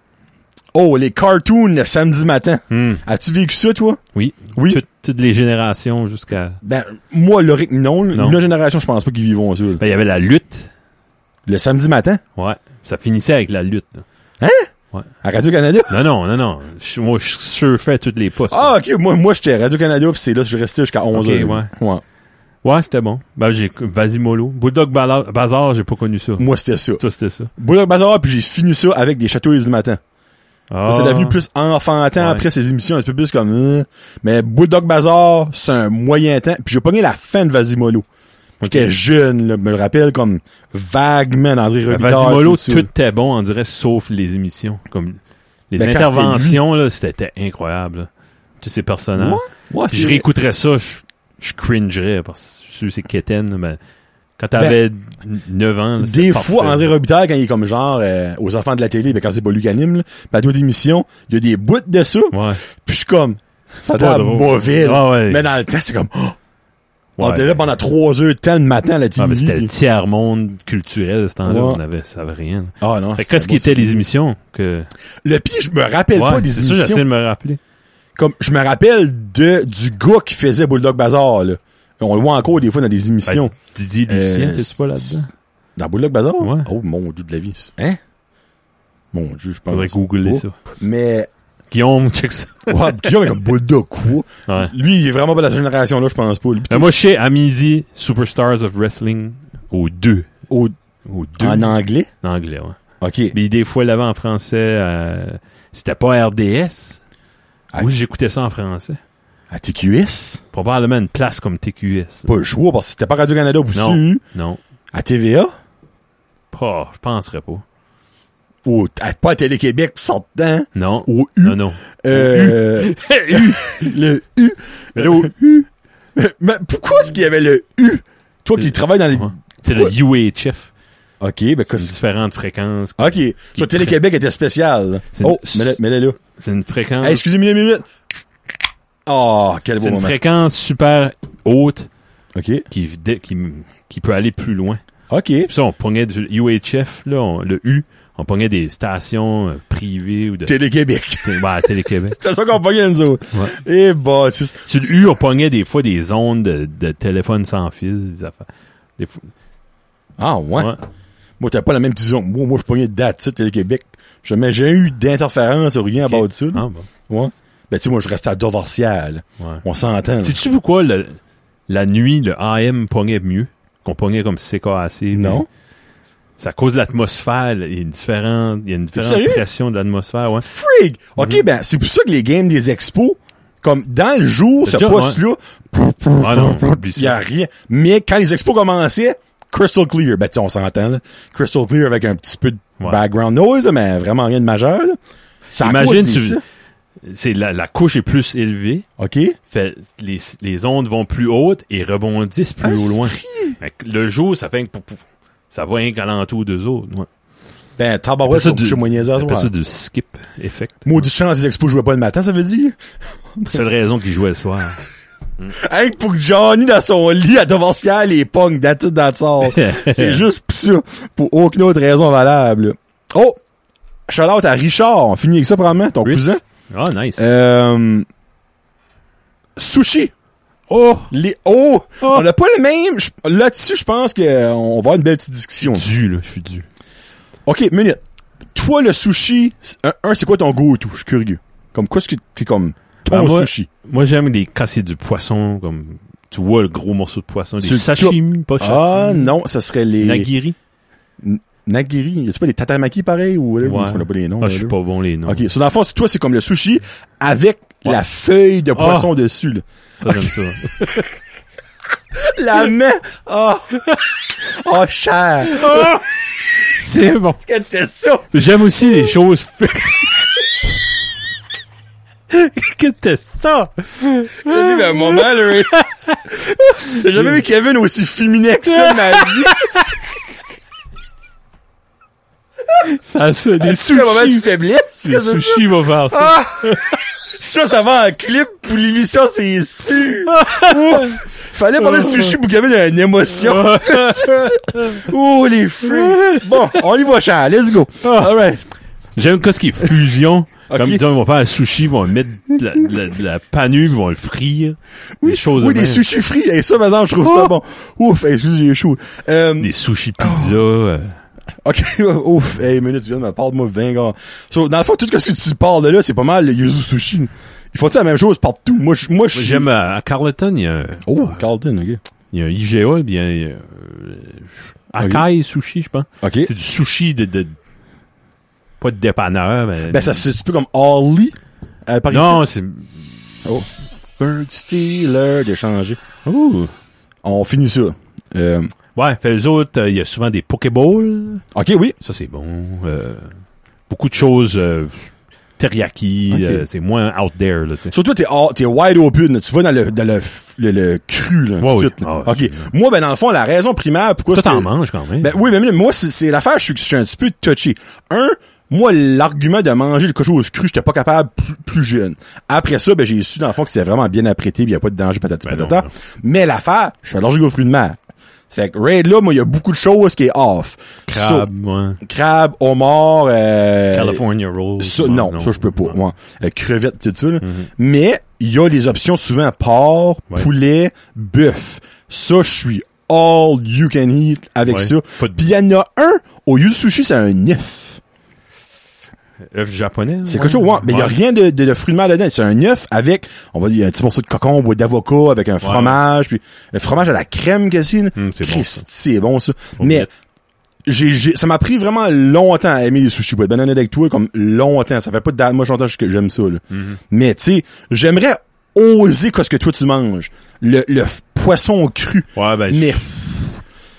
S1: Oh, les cartoons, le samedi matin.
S2: face. Hmm.
S1: As-tu vécu ça, toi?
S2: Oui.
S1: Oui.
S2: Toutes, toutes les générations jusqu'à.
S1: Ben, moi, Loric, non.
S2: Non.
S1: Notre génération, je pense pas qu'ils vivent ça. là.
S2: Ben, il y avait la lutte.
S1: Le samedi matin,
S2: Ouais. Ça finissait avec la lutte. là.
S1: à Radio-Canada.
S2: Non, non, non, non. Je- moi, je surfais toutes les postes.
S1: Ah, ok. Moi, moi j'étais à Radio-Canada, puis c'est là que je restais jusqu'à 11h.
S2: Ok, Ouais, c'était bon. Ben, j'ai Vasimolo. Bulldog Bala- Bazar, j'ai pas connu ça.
S1: Moi, c'était ça.
S2: Toi, c'était ça.
S1: Bulldog Bazaar, puis j'ai fini ça avec des chatouilles du matin.
S2: Ah.
S1: Ben, C'est devenu plus enfantin
S2: Ouais.
S1: après ces émissions, un peu plus comme... euh. Mais Bulldog Bazaar, c'est un moyen temps. Puis j'ai pogné la fin de Vasimolo. J'étais jeune, là, je me le rappelle, comme vaguement d'André
S2: Ben,
S1: Robitaille.
S2: Vasimolo,
S1: tout ça.
S2: tout était bon, on dirait, sauf les émissions. Comme les
S1: Ben, quand
S2: interventions, là, c'était incroyable. là. Tous ces personnages.
S1: Ouais,
S2: Puis je
S1: Ah, c'est-
S2: réécouterais ça, je, je cringerais parce que je suis c'est quétaine, mais quand t'avais 9 ans, là, c'était
S1: Ben, Des
S2: parfait.
S1: fois, André Robitaille, quand il est comme genre euh, aux enfants de la télé, ben quand c'est pas lui qui anime, là, pis à toute émission, il y a des bouts de ça,
S2: Ouais.
S1: puis je suis comme, ça
S2: pas
S1: doit être
S2: drôle.
S1: mauvais. là.
S2: Ah ouais.
S1: Mais dans le temps, c'est comme, oh, on était là pendant trois heures, tel le matin à la TV.
S2: Ah, mais c'était le tiers-monde culturel, ce temps-là.
S1: Ouais.
S2: On avait, ça avait rien. là.
S1: Ah, non,
S2: Fait que
S1: c'était
S2: qu'est-ce qui
S1: beau,
S2: étaient
S1: ça.
S2: les émissions que.
S1: Le pire, je me rappelle
S2: Ouais,
S1: pas des
S2: c'est ça,
S1: émissions.
S2: j'essaie de me rappeler.
S1: Comme, je me rappelle de, du gars qui faisait Bulldog Bazaar, là. On le voit encore des fois dans des émissions.
S2: Ben, Didier
S1: Euh,
S2: Lucien, t'es-tu pas là-dedans?
S1: Dans Bulldog Bazaar?
S2: Ouais.
S1: Oh, mon dieu de la vie. Hein? Mon dieu, je pense.
S2: Faudrait googler
S1: Oh.
S2: ça.
S1: Mais,
S2: Guillaume, check ça.
S1: ouais, Guillaume est comme Bulldog, quoi?
S2: Ouais.
S1: Lui, il est vraiment pas de la génération-là, je pense pas. Lui,
S2: Ben, moi, je sais Amizi, Superstars of Wrestling, aux deux.
S1: au-
S2: Aux deux.
S1: en anglais?
S2: En anglais, ouais.
S1: OK.
S2: Mais des fois, il l'avait en français. euh, C'était pas RDS.
S1: Ah.
S2: Moi, j'écoutais ça en français.
S1: À TQS?
S2: Probablement une place comme TQS.
S1: Pas le choix, parce que c'était pas Radio-Canada vous
S2: Non.
S1: dessus
S2: Non.
S1: À TVA?
S2: Pas, je penserais pas.
S1: Ou à- pas à Télé-Québec, pis sortent dedans.
S2: Non.
S1: Au U.
S2: Non, non.
S1: Euh, le U. Le au U. Mais pourquoi est-ce qu'il y avait le U? Toi qui travailles dans les...
S2: Ouais. C'est le UHF.
S1: OK, ben
S2: C'est une
S1: qu'est-ce
S2: différente fréquence.
S1: OK. Sur Télé-Québec était spécial.
S2: C'est une-
S1: Oh, mets-le mets-le là.
S2: C'est une fréquence.
S1: Hey, excusez-moi une minute. Oh, quel
S2: c'est
S1: beau
S2: une
S1: moment.
S2: fréquence super haute
S1: OK.
S2: qui, dé- qui, qui peut aller plus loin.
S1: OK.
S2: Puis ça, on pognait du UHF, là, on- le U, on pognait des stations euh, privées ou de
S1: Télé-Québec.
S2: Télé- bah, Télé-Québec.
S1: C'est ça qu'on pognait, nous autres.
S2: Ouais.
S1: Eh, bah, c'est...
S2: Sur le U, on pognait des fois des ondes de, de téléphone sans fil, des affaires. Des fois-
S1: Ah, ouais.
S2: ouais.
S1: Moi, t'as pas la même vision que moi. Moi, je pognais d'Atit, Télé-Québec. Jamais j'ai eu d'interférence ou rien
S2: Ok.
S1: à bord du sud.
S2: Ah, bon.
S1: Ouais. Ben, tu sais, moi, je restais à Dovorcial.
S2: Ouais.
S1: On s'entend. là.
S2: Mm. Sais-tu pourquoi le- la nuit, le AM pognait mieux? Qu'on pognait comme CKAC? puis-
S1: Non.
S2: C'est à cause de l'atmosphère, là, il y a une différente, il y a une différente
S1: Sérieux?
S2: pression de l'atmosphère, ouais.
S1: Frig!
S2: Mm-hmm.
S1: OK, ben, c'est pour ça que les games des expos, comme dans le jour,
S2: C'est
S1: ce
S2: déjà-
S1: poste-là,
S2: Ah non, oublie
S1: il y a
S2: ça.
S1: rien. Mais quand les expos commençaient, crystal clear. Ben, tu sais, on s'entend, là. Crystal clear avec un petit peu de
S2: Ouais.
S1: background noise, là, mais vraiment rien de majeur, là. Ça a
S2: Imagine,
S1: causé ça.
S2: tu, c'est la, la couche est plus élevée,
S1: OK?
S2: fait, les, les ondes vont plus hautes et rebondissent plus au loin. Fait que le jour, ça fait que pou- pou- ça va un alentour d'eux autres, ouais.
S1: Ben,
S2: Appelle
S1: tabarouette,
S2: ça
S1: c'est
S2: du-
S1: du moignaise à
S2: appelle
S1: soir.
S2: ça du skip effect.
S1: Maudit chance, les expos jouaient pas le matin, ça veut dire?
S2: Seule raison qu'ils jouaient le soir.
S1: Hey, pour que Johnny dans son lit à Dovorcial les pong d'attitude dans le sort. C'est juste pis ça. Pour aucune autre raison valable. Oh! Shout out à Richard. On finit avec ça, probablement. Ton
S2: Rich.
S1: cousin.
S2: Ah, nice.
S1: Euh, sushi.
S2: oh!
S1: Les, oh!
S2: Oh!
S1: On n'a pas le même. je- Là-dessus, je pense qu'on va avoir une belle petite discussion.
S2: Dû, là, je suis dû.
S1: OK, minute. Toi, le sushi, c'est- un, un, c'est quoi ton goût tout? Je suis curieux. Comme quoi, ce qui qui est comme ton
S2: Ben, moi,
S1: sushi?
S2: Moi, j'aime les quand c'est du poisson, comme, tu vois le gros morceau de poisson. Des
S1: Sur le
S2: sashimi, pas
S1: Ah,
S2: sashimi.
S1: non, ça serait les.
S2: Nagiri.
S1: Nagiri. Y a-tu pas des tatamaki pareil ou whatever?
S2: Ouais.
S1: On a pas les noms.
S2: Ah, je suis
S1: là.
S2: pas bon les noms.
S1: OK. So, dans le fond, c'est- toi, c'est comme le sushi avec la feuille de
S2: Ah.
S1: poisson dessus, là.
S2: Ça, j'aime ça.
S1: La main! Oh! Oh, cher!
S2: c'est bon.
S1: Qu'est-ce que c'est ça?
S2: J'aime aussi les choses. Qu'est-ce que t'es ça?
S1: J'ai vu un moment, là. J'ai jamais vu Kevin aussi féminin que ça de ma vie.
S2: Ça, ça, les
S1: C'est un moment de
S2: sushis.
S1: faiblesse.
S2: Les
S1: Qu'est-ce que c'est ça?
S2: sushis vont faire ça.
S1: Ah! Ça, ça va en clip pour l'émission, c'est sûr. Ouf! Fallait parler de sushi pour Kevin a une émotion. Oh, les fruits. Bon, on y va, Charles. Let's go.
S2: Ah. J'aime quand ce qui est fusion.
S1: Ok.
S2: Comme, disons, ils vont faire un sushi, ils vont mettre de la, de la, de la panure, ils vont le frire. des choses
S1: Oui,
S2: de
S1: des
S2: même. Ah.
S1: sushis frits. Et ça, par exemple, je trouve ça bon. Ouf, hey, excusez, j'ai chaud. Euh,
S2: Des sushis pizza.
S1: Oh.
S2: euh,
S1: ok, ouf. Hey, minute, tu viens de me parler de moi 20 gars. So, dans le fond, tout ce que tu parles de là, c'est pas mal le yuzu sushi. Ils font-tu la même chose partout? Moi, je, moi, je
S2: Moi,
S1: suis-
S2: J'aime euh, Ah. à, à Carleton, il y a un,
S1: Oh, Carlton, ok.
S2: il y a un IGA, puis il y a, il y a, euh,
S1: Ah,
S2: Akai Sushi, je pense.
S1: Ok.
S2: C'est du sushi de, de- pas de dépanneur, mais.
S1: Ben, ça, c'est un peu comme Ollie, euh, par
S2: non, c'est.
S1: ici. Oh. Bird Stealer d'échanger. On finit ça. Euh,
S2: Ouais, fait eux autres, euh, il y a souvent des Pokéballs.
S1: ok, oui.
S2: Ça, c'est bon. Euh, beaucoup de choses. euh, teriyaki,
S1: Ok.
S2: euh, c'est moins out there, là, tu sais.
S1: Surtout, t'es, hors- t'es wide open. là. Tu vas dans le, dans le, f- le, le cru, là.
S2: Ouais,
S1: tout de
S2: oui.
S1: suite, là.
S2: Ah, ouais.
S1: ok. Moi, ben, dans le fond, la raison primaire pourquoi... Ben,
S2: Toi,
S1: c'est
S2: t'en
S1: que-
S2: manges quand même.
S1: Ben oui, mais moi, c'est, c'est l'affaire, je suis, je suis un petit peu touché. Un, Moi, l'argument de manger le cochon au scru, j'étais pas capable plus, plus jeune. Après ça, ben, j'ai su, dans le fond, que c'était vraiment bien apprêté, il y a pas de danger, patati
S2: Ben non,
S1: patata.
S2: non.
S1: Mais l'affaire, je suis allergique aux fruits de mer. C'est que, raid là, moi, il y a beaucoup de choses qui est off.
S2: Crabe, moi.
S1: So- crabe, homard, euh,
S2: California Rolls.
S1: ça,
S2: moi,
S1: non, ça, je peux pas.
S2: non. Mm-hmm.
S1: moi. Euh, crevette, tout ça, là. Mais, il y a les options souvent porc,
S2: Ouais.
S1: poulet, bœuf. Ça, je suis all you can eat avec
S2: Ouais.
S1: ça.
S2: Pas de-
S1: Puis il y en a un, au lieu du sushi, c'est un œuf.
S2: Œuf japonais.
S1: C'est quelque chose, ouais. Mais il y a rien de, de, de fruits de mer dedans. C'est un œuf avec, on va dire, un petit morceau de cocon ou d'avocat avec un fromage, puis le fromage à la crème que c'est, là.
S2: Hum, c'est bon,
S1: Christi,
S2: ça.
S1: c'est bon, ça.
S2: Faut
S1: Mais,
S2: bien.
S1: j'ai, j'ai- ça m'a pris vraiment longtemps à aimer les sushis. Pour être bien honnête avec toi, comme longtemps. Ça fait pas de moi, j'entends que j'aime ça, là.
S2: Mm-hmm.
S1: Mais, tu sais, j'aimerais oser qu'est-ce que toi tu manges. Le, le f- poisson cru.
S2: Ouais, ben,
S1: Mais,
S2: j'ai-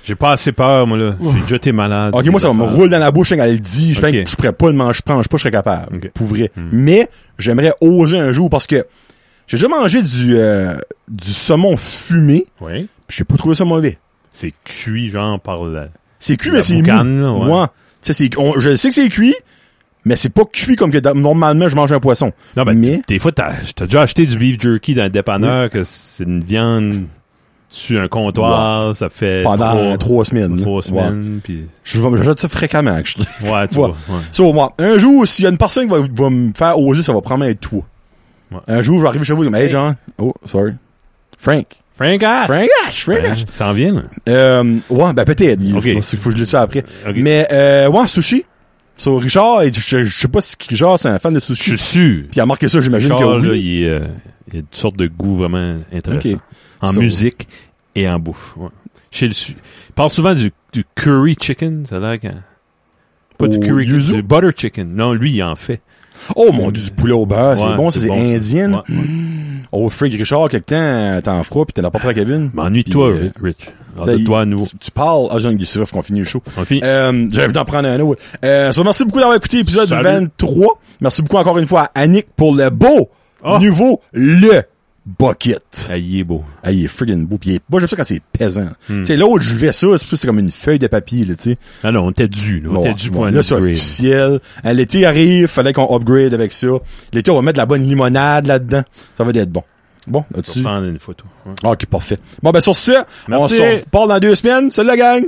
S2: j'ai pas assez peur, moi, là. J'ai déjà été malade.
S1: Ok, moi, ça me roule dans la bouche quand elle le dit. Je pense
S2: Ok.
S1: que je pourrais pas le manger, je pense pas que je serais capable.
S2: Ok. Hmm.
S1: Pour vrai. Mais, j'aimerais oser un jour parce que j'ai déjà mangé du, euh, du saumon fumé.
S2: Oui.
S1: pis J'ai pas trouvé ça mauvais.
S2: C'est cuit, genre, par la.
S1: C'est cuit,
S2: La
S1: mais c'est mou.
S2: boucane, là, ouais.
S1: Tu sais, c'est, on- je sais que c'est cuit, mais c'est pas cuit comme que da- normalement je mange un poisson.
S2: Non, ben,
S1: mais,
S2: des fois, t'as t'as déjà acheté du beef jerky dans le dépanneur, que c'est une viande sur un comptoir, ça fait.
S1: pendant
S2: trois,
S1: trois, semaines.
S2: trois
S1: Ouais.
S2: semaines, puis.
S1: Je vais- J'achète ça fréquemment, actually.
S2: Ouais, tu
S1: Ouais.
S2: vois. ouais.
S1: So, moi, un jour, s'il y a une personne qui va, va me faire oser, ça va prendre un toi.
S2: Ouais.
S1: Un jour, je vais arriver chez vous, comme, hey, John. Oh, sorry. Frank.
S2: Frank Ash!
S1: Frank Ash, Frank Ash.
S2: Hein? Ça en vient, là.
S1: Euh, ouais, ben, peut-être. Il
S2: Ok.
S1: faut, faut que je lise ça après.
S2: Ok.
S1: Mais, euh, ouais, sushi. So, Richard, il- je, je sais pas si Richard, c'est un fan de sushi.
S2: Je suis sûr.
S1: Puis il a marqué ça, j'imagine que
S2: Charles,
S1: oui.
S2: là, il, est, euh, il a une sorte de goût vraiment intéressant.
S1: Ok.
S2: En
S1: So-
S2: musique et en bouffe. ouais. Chez le su- Il parle souvent du, du curry chicken, ça a l'air quand... Pas du
S1: Au
S2: curry,
S1: yuzu?
S2: du butter chicken. Non, lui, il en fait.
S1: Oh mon dieu, du poulet au beurre, c'est
S2: Ouais,
S1: bon, ça, c'est
S2: ça.
S1: indien.
S2: Ouais, ouais.
S1: Oh, Frig Richard, quelque temps, t'en feras, puis t'as la porte à Kevin.
S2: M'ennuie-toi,
S1: Puis, euh,
S2: Rich.
S1: ça, il-
S2: Regarde-toi à nouveau.
S1: Tu, tu parles. Ah, j'ai une c'est qu'on finit le show.
S2: On finit.
S1: Euh, J'avais envie d'en prendre un autre. Euh, so, merci beaucoup d'avoir écouté l'épisode
S2: Salut.
S1: 23. Merci beaucoup encore une fois à Annick pour le beau
S2: Oh.
S1: nouveau, le bucket.
S2: Ah, il est beau.
S1: Ah, il est friggin' beau. Puis il est- moi, j'aime ça quand c'est pesant.
S2: Hmm.
S1: Tu sais, l'autre, je vais ça, c'est plus c'est comme une feuille de papier, là, tu sais.
S2: Ah non, on était dû. Là. On
S1: Ouais,
S2: était dû
S1: ouais,
S2: pour un
S1: là, c'est
S2: upgrade.
S1: officiel. Hein, L'été arrive, fallait qu'on upgrade avec ça. L'été, on va mettre de la bonne limonade là-dedans. Ça va être bon. Bon,
S2: On va
S1: là-dessus.
S2: prendre une photo. ouais.
S1: Ok, parfait. Bon, ben, sur ce, on
S2: Merci.
S1: se reparle dans deux semaines. Salut la gang!